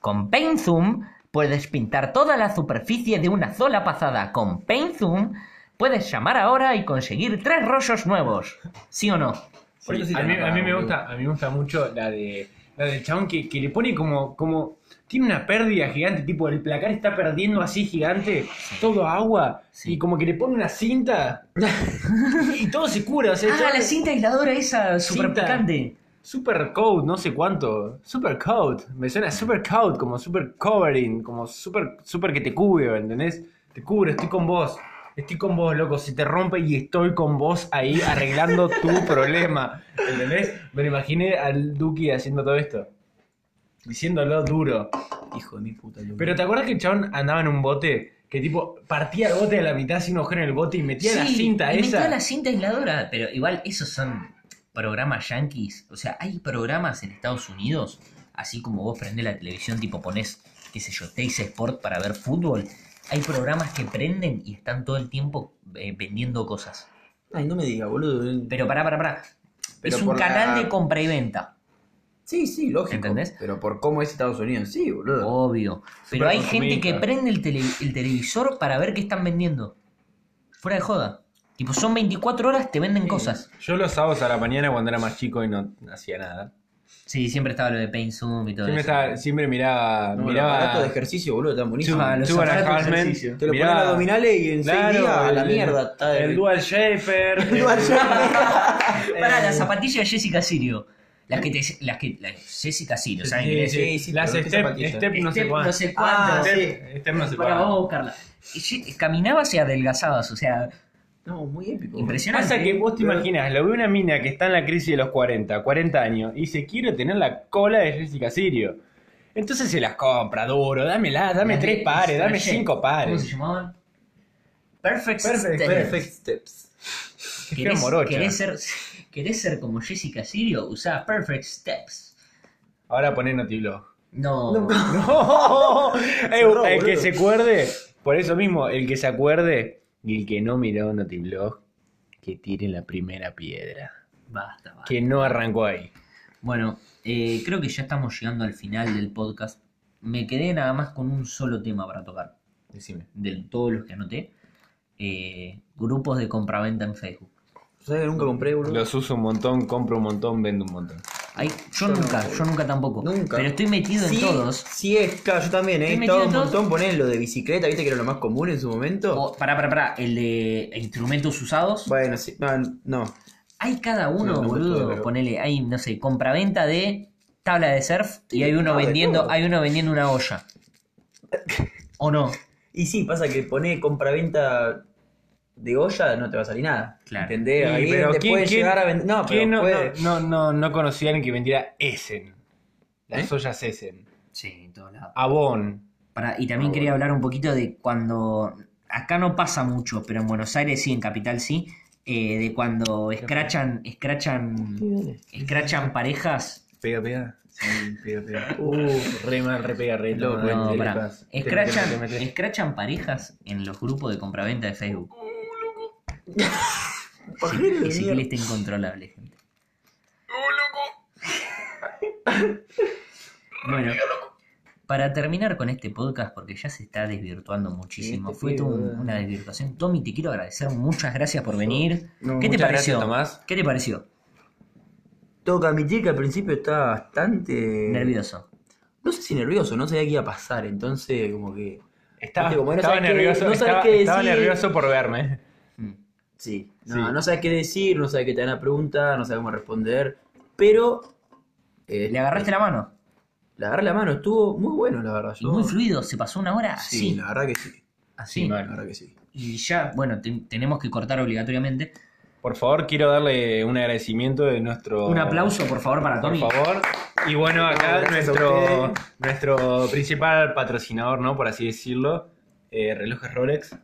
[SPEAKER 1] Con Paint Zoom puedes pintar toda la superficie de una sola pasada. Con Paint Zoom puedes llamar ahora y conseguir tres rollos nuevos. ¿Sí o no?
[SPEAKER 2] Por eso
[SPEAKER 3] Sí,
[SPEAKER 2] sí
[SPEAKER 3] a,
[SPEAKER 2] te
[SPEAKER 3] mí,
[SPEAKER 2] la
[SPEAKER 3] a mí me
[SPEAKER 2] pago,
[SPEAKER 3] gusta, a mí me gusta mucho la de la del chabón que, que le pone como, como. Tiene una pérdida gigante, tipo el placar está perdiendo así gigante, todo agua,
[SPEAKER 1] Sí.
[SPEAKER 3] y como que le pone una cinta y todo se cura. O
[SPEAKER 1] Ah,
[SPEAKER 3] sea, el chabón-
[SPEAKER 1] cinta aisladora esa superpicante.
[SPEAKER 3] Super Code, no sé cuánto. Super Code, me suena a Super Code, como Super Covering, como super, super que te cubre, ¿entendés? Te cubre, estoy con vos. Estoy con vos, loco. Se te rompe y estoy con vos ahí arreglando tu problema. ¿Entendés? Me lo imaginé al Duki haciendo todo esto. Diciéndolo duro.
[SPEAKER 2] Hijo de mi puta. loco.
[SPEAKER 3] Pero ¿te acuerdas que el chabón andaba en un bote? Que tipo, partía el bote a la mitad sin agujero en el bote y metía la cinta
[SPEAKER 1] y
[SPEAKER 3] esa.
[SPEAKER 1] metió la cinta aisladora, pero igual esos son programas yankees. O sea, hay programas en Estados Unidos, así como vos prendés la televisión, tipo ponés, qué sé yo, Teis Sport para ver fútbol, Hay programas que prenden y están todo el tiempo eh, vendiendo cosas.
[SPEAKER 2] Ay, no me diga, boludo.
[SPEAKER 1] Pero pará, pará, pará.
[SPEAKER 2] Pero
[SPEAKER 1] es un
[SPEAKER 2] por la-
[SPEAKER 1] canal de compra y venta.
[SPEAKER 2] Sí, sí, lógico.
[SPEAKER 1] ¿Entendés? Oh,
[SPEAKER 2] Pero por cómo es Estados Unidos, sí, boludo.
[SPEAKER 1] Obvio. Pero hay gente que
[SPEAKER 3] consumista.
[SPEAKER 1] prende el, tele- el televisor para ver qué están vendiendo. Fuera de joda. Tipo, son 24 horas, te venden cosas.
[SPEAKER 3] Yo los sábados a la mañana cuando era más chico y no hacía nada.
[SPEAKER 1] Sí, siempre estaba lo de Pain Zoom y todo
[SPEAKER 3] Siempre,
[SPEAKER 1] eso.
[SPEAKER 3] estaba- siempre miraba.
[SPEAKER 2] No, los aparatos
[SPEAKER 3] miraba.
[SPEAKER 2] de ejercicio, boludo, tan buenísimo.
[SPEAKER 1] Ah, los
[SPEAKER 3] Two and a
[SPEAKER 1] aparatos de
[SPEAKER 3] Half Men,
[SPEAKER 1] ejercicio.
[SPEAKER 2] Te lo ponen
[SPEAKER 3] miraba-
[SPEAKER 2] a abdominales y en seis
[SPEAKER 3] Claro,
[SPEAKER 2] días a la
[SPEAKER 3] el-
[SPEAKER 2] mierda. está de-
[SPEAKER 3] El Dual Shaper. eh,
[SPEAKER 2] El Dual Shaper.
[SPEAKER 1] Pará, la zapatilla de Jessica Sirio. Las que te. Las que. la- Jessica Sirio, ¿saben quién
[SPEAKER 3] Sí,
[SPEAKER 1] es?
[SPEAKER 3] sí,
[SPEAKER 2] sí,
[SPEAKER 3] Las
[SPEAKER 2] pero ¿qué
[SPEAKER 3] Step,
[SPEAKER 2] zapatillas?
[SPEAKER 3] Step no sé
[SPEAKER 1] Step
[SPEAKER 3] cuánto.
[SPEAKER 1] no sé cuánto.
[SPEAKER 2] Ah, sí.
[SPEAKER 3] Step, Step no sé
[SPEAKER 1] Pará, vamos a
[SPEAKER 3] cuánto.
[SPEAKER 1] buscarla. Y ye- Caminabas y adelgazabas, o sea,
[SPEAKER 2] No, muy épico.
[SPEAKER 1] impresionante. ¿eh?
[SPEAKER 3] Pasa que vos te imaginas, lo ve una mina que está en la crisis de los 40, 40 años, y dice, quiero tener la cola de Jessica Sirio. Entonces se las compra duro, dámela, dame
[SPEAKER 1] Las
[SPEAKER 3] tres
[SPEAKER 1] de-
[SPEAKER 3] pares,
[SPEAKER 1] las
[SPEAKER 3] dame
[SPEAKER 1] de-
[SPEAKER 3] cinco
[SPEAKER 1] ¿Cómo se
[SPEAKER 3] pares.
[SPEAKER 1] llamaban? Perfect,
[SPEAKER 3] Perfect,
[SPEAKER 1] Step.
[SPEAKER 2] Perfect steps.
[SPEAKER 3] fea
[SPEAKER 1] ¿Querés,
[SPEAKER 3] morocha.
[SPEAKER 1] querés ser, querés ser como Jessica Sirio? Usá Perfect Steps.
[SPEAKER 3] Ahora poné Notiblog.
[SPEAKER 1] No.
[SPEAKER 3] ¡No! Eh,
[SPEAKER 2] Cerró,
[SPEAKER 3] el que
[SPEAKER 2] boludo.
[SPEAKER 3] se acuerde, por eso mismo, el que se acuerde y el que no miró Notiblog, que tire la primera piedra.
[SPEAKER 1] Basta, basta.
[SPEAKER 3] Que no arrancó ahí.
[SPEAKER 1] Bueno, eh, creo que ya estamos llegando al final del podcast. Me quedé nada más con un solo tema para tocar.
[SPEAKER 3] Decime.
[SPEAKER 1] de todos los que anoté, eh, grupos de compraventa en Facebook.
[SPEAKER 2] ¿Sabes que nunca compré, boludo?
[SPEAKER 3] Los uso un montón, compro un montón, vendo un montón.
[SPEAKER 1] Ay, yo
[SPEAKER 2] Yo
[SPEAKER 1] nunca,
[SPEAKER 2] no.
[SPEAKER 1] yo nunca tampoco.
[SPEAKER 2] Nunca.
[SPEAKER 1] Pero estoy metido en
[SPEAKER 2] Sí,
[SPEAKER 1] todos.
[SPEAKER 2] Sí, es, claro, yo también,
[SPEAKER 1] ¿Te
[SPEAKER 2] ¿eh?
[SPEAKER 1] has
[SPEAKER 2] Estaba un
[SPEAKER 1] metido en
[SPEAKER 2] montón poner lo de bicicleta, viste que era lo más común en su momento.
[SPEAKER 1] O, pará, pará, pará, el de instrumentos usados.
[SPEAKER 2] Bueno, sí, no, no.
[SPEAKER 1] Hay cada uno,
[SPEAKER 2] No, no,
[SPEAKER 1] boludo.
[SPEAKER 2] pero-
[SPEAKER 1] Ponele, hay, no sé, compraventa de tabla de surf y
[SPEAKER 2] Sí,
[SPEAKER 1] hay uno
[SPEAKER 2] no, de
[SPEAKER 1] vendiendo,
[SPEAKER 2] todo.
[SPEAKER 1] hay uno vendiendo una olla. ¿O no?
[SPEAKER 2] Y sí, pasa que poner compra-venta de olla no te va a salir nada.
[SPEAKER 1] Claro.
[SPEAKER 2] ¿Entendés?
[SPEAKER 3] Y,
[SPEAKER 2] Alguien
[SPEAKER 3] pero
[SPEAKER 2] te
[SPEAKER 3] ¿quién-
[SPEAKER 2] puede
[SPEAKER 3] quién-
[SPEAKER 2] llegar a vender. No, pero
[SPEAKER 3] ¿quién no,
[SPEAKER 2] puede.
[SPEAKER 3] no, no, no, no conocía a alguien que vendiera Essen? Las
[SPEAKER 2] ¿Eh?
[SPEAKER 3] ollas Essen.
[SPEAKER 1] Sí, en todos lados.
[SPEAKER 3] Avon.
[SPEAKER 1] Pará, y también
[SPEAKER 3] Ah,
[SPEAKER 1] quería
[SPEAKER 3] bueno.
[SPEAKER 1] hablar un poquito de cuando. Acá no pasa mucho, pero en Buenos Aires sí, en Capital sí. eh, de cuando escrachan, escrachan, escrachan parejas.
[SPEAKER 3] Pega, pega. Sí, pega, pega.
[SPEAKER 1] Uh,
[SPEAKER 3] re mal, re pega, re
[SPEAKER 2] Loco,
[SPEAKER 3] mal,
[SPEAKER 1] No,
[SPEAKER 3] re
[SPEAKER 1] pará.
[SPEAKER 3] paz. Te
[SPEAKER 1] Escrachan,
[SPEAKER 3] metes, te metes.
[SPEAKER 1] escrachan parejas en los grupos de compraventa de Facebook.
[SPEAKER 2] ¿Por
[SPEAKER 1] Sí,
[SPEAKER 2] qué eres de
[SPEAKER 1] ese
[SPEAKER 2] mierda?
[SPEAKER 1] cliente incontrolable, gente. Bueno, para terminar con este podcast, porque ya se está desvirtuando muchísimo,
[SPEAKER 2] Sí,
[SPEAKER 3] este
[SPEAKER 2] te
[SPEAKER 1] fue
[SPEAKER 2] pido,
[SPEAKER 1] toda un-
[SPEAKER 2] eh.
[SPEAKER 1] una desvirtuación. Tommy, te quiero agradecer, muchas gracias por venir.
[SPEAKER 3] No,
[SPEAKER 1] ¿Qué te
[SPEAKER 3] muchas
[SPEAKER 1] pareció?
[SPEAKER 3] gracias, Tomás.
[SPEAKER 1] ¿Qué te pareció?
[SPEAKER 2] Tengo que admitir que al principio estaba
[SPEAKER 3] Eh,
[SPEAKER 2] bastante.
[SPEAKER 1] Nervioso.
[SPEAKER 2] No sé si nervioso, no sabía qué iba a pasar, entonces, como que.
[SPEAKER 3] Estaba,
[SPEAKER 2] Viste, como no
[SPEAKER 3] estaba
[SPEAKER 2] sabes qué-
[SPEAKER 3] nervioso,
[SPEAKER 2] no sabes
[SPEAKER 3] estaba,
[SPEAKER 2] qué
[SPEAKER 3] estaba
[SPEAKER 2] decir.
[SPEAKER 3] nervioso por verme.
[SPEAKER 1] Mm.
[SPEAKER 2] Sí, no,
[SPEAKER 3] Sí.
[SPEAKER 2] no sabes qué decir, no sabes qué te van a preguntar, no sabes cómo responder, pero. eh,
[SPEAKER 1] Le agarraste la mano.
[SPEAKER 2] Le agarré la mano, estuvo muy bueno, la verdad.
[SPEAKER 1] Y
[SPEAKER 2] yo- Ah,
[SPEAKER 1] muy fluido, se pasó una hora
[SPEAKER 2] Sí,
[SPEAKER 1] así.
[SPEAKER 2] la verdad que sí.
[SPEAKER 1] así.
[SPEAKER 3] Sí,
[SPEAKER 2] La
[SPEAKER 3] mal.
[SPEAKER 2] verdad que sí.
[SPEAKER 1] Y ya, bueno, te- tenemos que cortar obligatoriamente.
[SPEAKER 3] Por favor, quiero darle un agradecimiento de nuestro.
[SPEAKER 1] Un aplauso, por favor, para
[SPEAKER 3] Por
[SPEAKER 1] Tommy.
[SPEAKER 3] favor. Y bueno, acá
[SPEAKER 2] gracias a
[SPEAKER 3] nuestro,
[SPEAKER 2] ustedes.
[SPEAKER 3] nuestro principal patrocinador, ¿no? Por así decirlo, eh, relojes Rolex.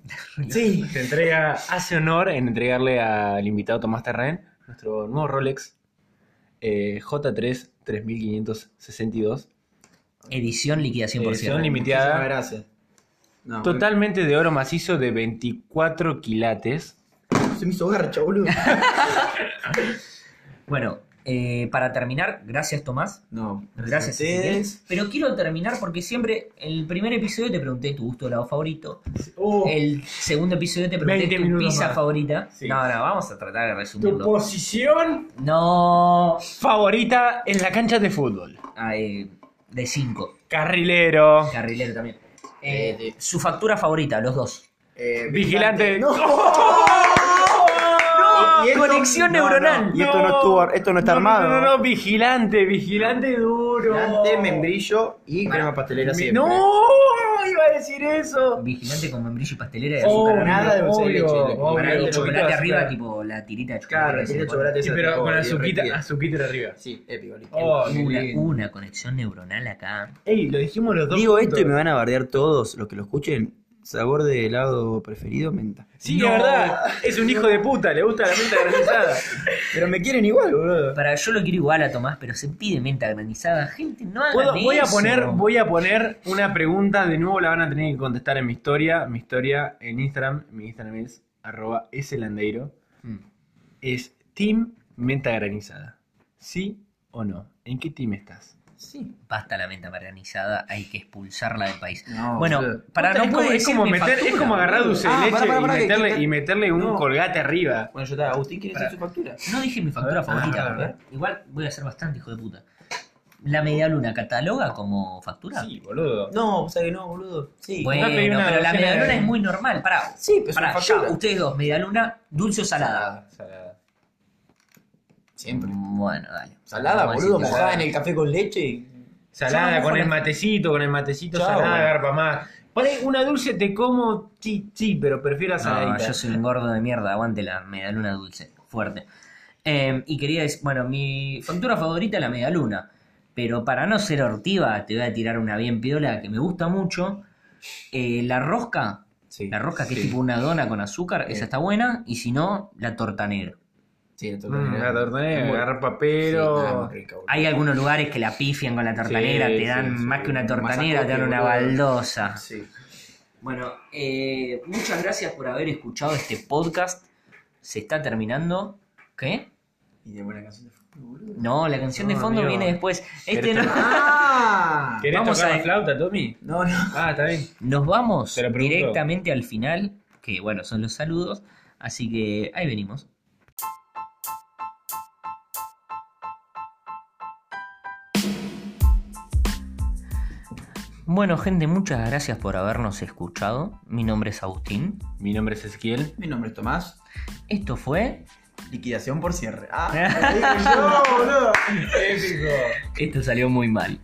[SPEAKER 2] Sí.
[SPEAKER 3] Se entrega, hace honor en entregarle al invitado Tomás Terren nuestro nuevo Rolex eh, J3 3562.
[SPEAKER 1] Edición liquidación por
[SPEAKER 3] Edición
[SPEAKER 1] cierre.
[SPEAKER 3] limit-
[SPEAKER 2] Muchísimas gracias. No,
[SPEAKER 3] Totalmente de oro macizo de 24 quilates.
[SPEAKER 2] Se me hizo garcha, boludo.
[SPEAKER 1] Bueno, eh, para terminar, gracias Tomás.
[SPEAKER 2] No,
[SPEAKER 1] Gracias,
[SPEAKER 2] a
[SPEAKER 1] Ezequiel. Pero quiero terminar porque siempre en el primer episodio te pregunté tu gusto helado favorito.
[SPEAKER 2] Uh,
[SPEAKER 1] El segundo episodio te pregunté
[SPEAKER 3] 20
[SPEAKER 1] tu
[SPEAKER 3] minutos
[SPEAKER 1] pizza
[SPEAKER 3] más.
[SPEAKER 1] favorita.
[SPEAKER 3] Sí.
[SPEAKER 1] No, no, vamos a tratar de resumirlo.
[SPEAKER 3] posición
[SPEAKER 1] No.
[SPEAKER 3] favorita en la cancha de fútbol.
[SPEAKER 1] Ah, eh, de 5.
[SPEAKER 3] Carrilero.
[SPEAKER 1] Carrilero también.
[SPEAKER 2] Eh,
[SPEAKER 1] Eh,
[SPEAKER 2] de-
[SPEAKER 1] Su factura favorita, los dos.
[SPEAKER 2] Eh,
[SPEAKER 3] Vigilante.
[SPEAKER 2] No.
[SPEAKER 3] ¡No!
[SPEAKER 2] Y esto-
[SPEAKER 1] Conexión
[SPEAKER 2] no, no,
[SPEAKER 1] neuronal.
[SPEAKER 2] Y esto no, estuvo, esto no está
[SPEAKER 3] No,
[SPEAKER 2] armado.
[SPEAKER 3] No, no, no, vigilante, vigilante duro.
[SPEAKER 2] Vigilante, membrillo y
[SPEAKER 1] Para.
[SPEAKER 2] crema pastelera
[SPEAKER 3] Me-
[SPEAKER 2] siempre.
[SPEAKER 3] No, iba a decir eso.
[SPEAKER 1] Vigilante con membrillo y pastelera y
[SPEAKER 3] Oh,
[SPEAKER 1] azúcar. arriba.
[SPEAKER 2] nada de dulce de
[SPEAKER 3] Obvio,
[SPEAKER 2] leche.
[SPEAKER 3] obvio,
[SPEAKER 1] Pará, y
[SPEAKER 3] un
[SPEAKER 1] chocolate
[SPEAKER 3] poquito de
[SPEAKER 1] arriba,
[SPEAKER 3] azúcar.
[SPEAKER 1] tipo la tirita de chocolate.
[SPEAKER 2] Claro,
[SPEAKER 1] que se
[SPEAKER 2] tiene
[SPEAKER 1] pone.
[SPEAKER 2] chocolate
[SPEAKER 3] Sí,
[SPEAKER 2] esa
[SPEAKER 3] pero
[SPEAKER 2] tipo
[SPEAKER 3] con
[SPEAKER 2] derretida.
[SPEAKER 3] azuquita, azuquita arriba.
[SPEAKER 2] Sí, épico. listo.
[SPEAKER 3] Oh, qué
[SPEAKER 1] Una,
[SPEAKER 3] lindo.
[SPEAKER 1] una conexión neuronal acá.
[SPEAKER 3] Ey, lo dijimos los dos.
[SPEAKER 2] Digo
[SPEAKER 3] juntos.
[SPEAKER 2] esto y me van a bardear todos los que lo escuchen. Sabor de helado preferido, menta.
[SPEAKER 3] Sí,
[SPEAKER 1] No.
[SPEAKER 3] la verdad, es un hijo de puta, le gusta la menta granizada.
[SPEAKER 2] Pero me quieren igual, boludo.
[SPEAKER 1] Para, yo lo quiero igual a Tomás, pero se pide menta granizada. Gente, no hagan
[SPEAKER 3] Puedo-
[SPEAKER 1] de
[SPEAKER 3] voy, a
[SPEAKER 1] eso.
[SPEAKER 3] poner, voy a poner una pregunta, de nuevo la van a tener que contestar en mi historia. Mi historia en Instagram, mi Instagram es arroba eslandeiro.
[SPEAKER 1] Mm.
[SPEAKER 3] Es Team Menta Granizada. ¿Sí o no? ¿En qué team estás?
[SPEAKER 2] Sí.
[SPEAKER 1] Basta la menta granizada, hay que expulsarla del país.
[SPEAKER 2] No,
[SPEAKER 1] bueno,
[SPEAKER 2] boludo.
[SPEAKER 1] para
[SPEAKER 3] Puta,
[SPEAKER 1] no
[SPEAKER 3] es como,
[SPEAKER 1] puede
[SPEAKER 3] es como
[SPEAKER 1] decir mi
[SPEAKER 3] meter, es
[SPEAKER 1] factura,
[SPEAKER 3] como agarrar
[SPEAKER 1] boludo.
[SPEAKER 3] dulce de
[SPEAKER 2] Ah,
[SPEAKER 3] leche
[SPEAKER 2] pará, pará, pará,
[SPEAKER 3] y,
[SPEAKER 2] que-
[SPEAKER 3] meterle,
[SPEAKER 2] que-
[SPEAKER 3] y meterle un
[SPEAKER 2] No.
[SPEAKER 3] colgate arriba.
[SPEAKER 2] Bueno, yo estaba. Agustín, ¿quiere
[SPEAKER 3] Pará.
[SPEAKER 2] decir su factura?
[SPEAKER 1] No dije mi factura
[SPEAKER 2] Ah,
[SPEAKER 1] favorita,
[SPEAKER 2] a ver.
[SPEAKER 1] ¿verdad? Igual voy a ser bastante hijo de puta. ¿La media luna cataloga como factura?
[SPEAKER 3] Sí, boludo.
[SPEAKER 2] No, o sea que no, boludo. Sí.
[SPEAKER 1] Bueno,
[SPEAKER 3] Andá a pedir una
[SPEAKER 1] pero la
[SPEAKER 3] docena
[SPEAKER 1] media
[SPEAKER 3] de-
[SPEAKER 1] luna es muy normal. Pará,
[SPEAKER 2] Sí, pero es
[SPEAKER 1] pará,
[SPEAKER 2] una
[SPEAKER 1] ya,
[SPEAKER 2] factura.
[SPEAKER 1] ustedes dos, media luna, dulce o salada.
[SPEAKER 3] Salada, salada.
[SPEAKER 2] Siempre.
[SPEAKER 1] Bueno, dale.
[SPEAKER 2] Salada,
[SPEAKER 1] Vamos a decir
[SPEAKER 2] boludo,
[SPEAKER 1] que
[SPEAKER 2] mojada
[SPEAKER 1] salada.
[SPEAKER 2] en el café con leche. y-
[SPEAKER 3] Salada
[SPEAKER 2] Yo no
[SPEAKER 3] con
[SPEAKER 2] mojo
[SPEAKER 3] el
[SPEAKER 2] la-
[SPEAKER 3] matecito, con el matecito,
[SPEAKER 2] Chao,
[SPEAKER 3] salada,
[SPEAKER 2] bueno.
[SPEAKER 3] garpa más. Por ahí una dulce te como, sí, sí, pero prefiero la
[SPEAKER 1] No,
[SPEAKER 3] saladita.
[SPEAKER 1] yo soy un gordo de mierda, aguante la medaluna dulce, fuerte. Eh, y quería decir, bueno, mi factura favorita es la medaluna, pero para no ser hortiva, te voy a tirar una bien piola que me gusta mucho. Eh, la rosca,
[SPEAKER 2] Sí.
[SPEAKER 1] la rosca que
[SPEAKER 2] sí.
[SPEAKER 1] es tipo una dona con azúcar, esa está buena, y si no, la torta negra.
[SPEAKER 2] Sí, la torta
[SPEAKER 3] Mm,
[SPEAKER 2] negra.
[SPEAKER 3] la torta negra,
[SPEAKER 2] Muy-
[SPEAKER 3] garpa
[SPEAKER 2] Sí, nada,
[SPEAKER 3] pero.
[SPEAKER 2] más rica, boludo.
[SPEAKER 1] Hay algunos lugares que la pifian con la torta
[SPEAKER 3] Sí,
[SPEAKER 1] negra, te
[SPEAKER 3] sí,
[SPEAKER 1] dan
[SPEAKER 3] sí.
[SPEAKER 1] más que una torta
[SPEAKER 2] Más
[SPEAKER 1] negra, te dan
[SPEAKER 2] acote,
[SPEAKER 1] una
[SPEAKER 2] boludo.
[SPEAKER 1] baldosa.
[SPEAKER 3] Sí.
[SPEAKER 1] Bueno, eh, muchas gracias por haber escuchado este podcast. Se está terminando. ¿Qué?
[SPEAKER 2] Y de buena canción de fútbol, boludo.
[SPEAKER 1] No, la canción de
[SPEAKER 3] No,
[SPEAKER 1] fondo
[SPEAKER 3] amigo.
[SPEAKER 1] viene después. Este
[SPEAKER 3] Pero
[SPEAKER 1] no-
[SPEAKER 2] ¡Ah!
[SPEAKER 3] ¿Querés
[SPEAKER 1] Vamos
[SPEAKER 3] tocar
[SPEAKER 1] a-
[SPEAKER 3] la flauta, Tommy?
[SPEAKER 2] No, no.
[SPEAKER 3] Ah, está bien.
[SPEAKER 1] Nos vamos
[SPEAKER 3] Te lo pregunto.
[SPEAKER 1] directamente al final, que bueno, son los saludos. Así que ahí venimos. Bueno, gente, muchas gracias por habernos escuchado. Mi nombre es Agustín.
[SPEAKER 3] Mi nombre es Ezequiel.
[SPEAKER 2] Mi nombre es Tomás.
[SPEAKER 1] Esto fue.
[SPEAKER 2] Liquidación por cierre. Ah, lo dije yo, boludo. Épico.
[SPEAKER 1] Esto salió muy mal.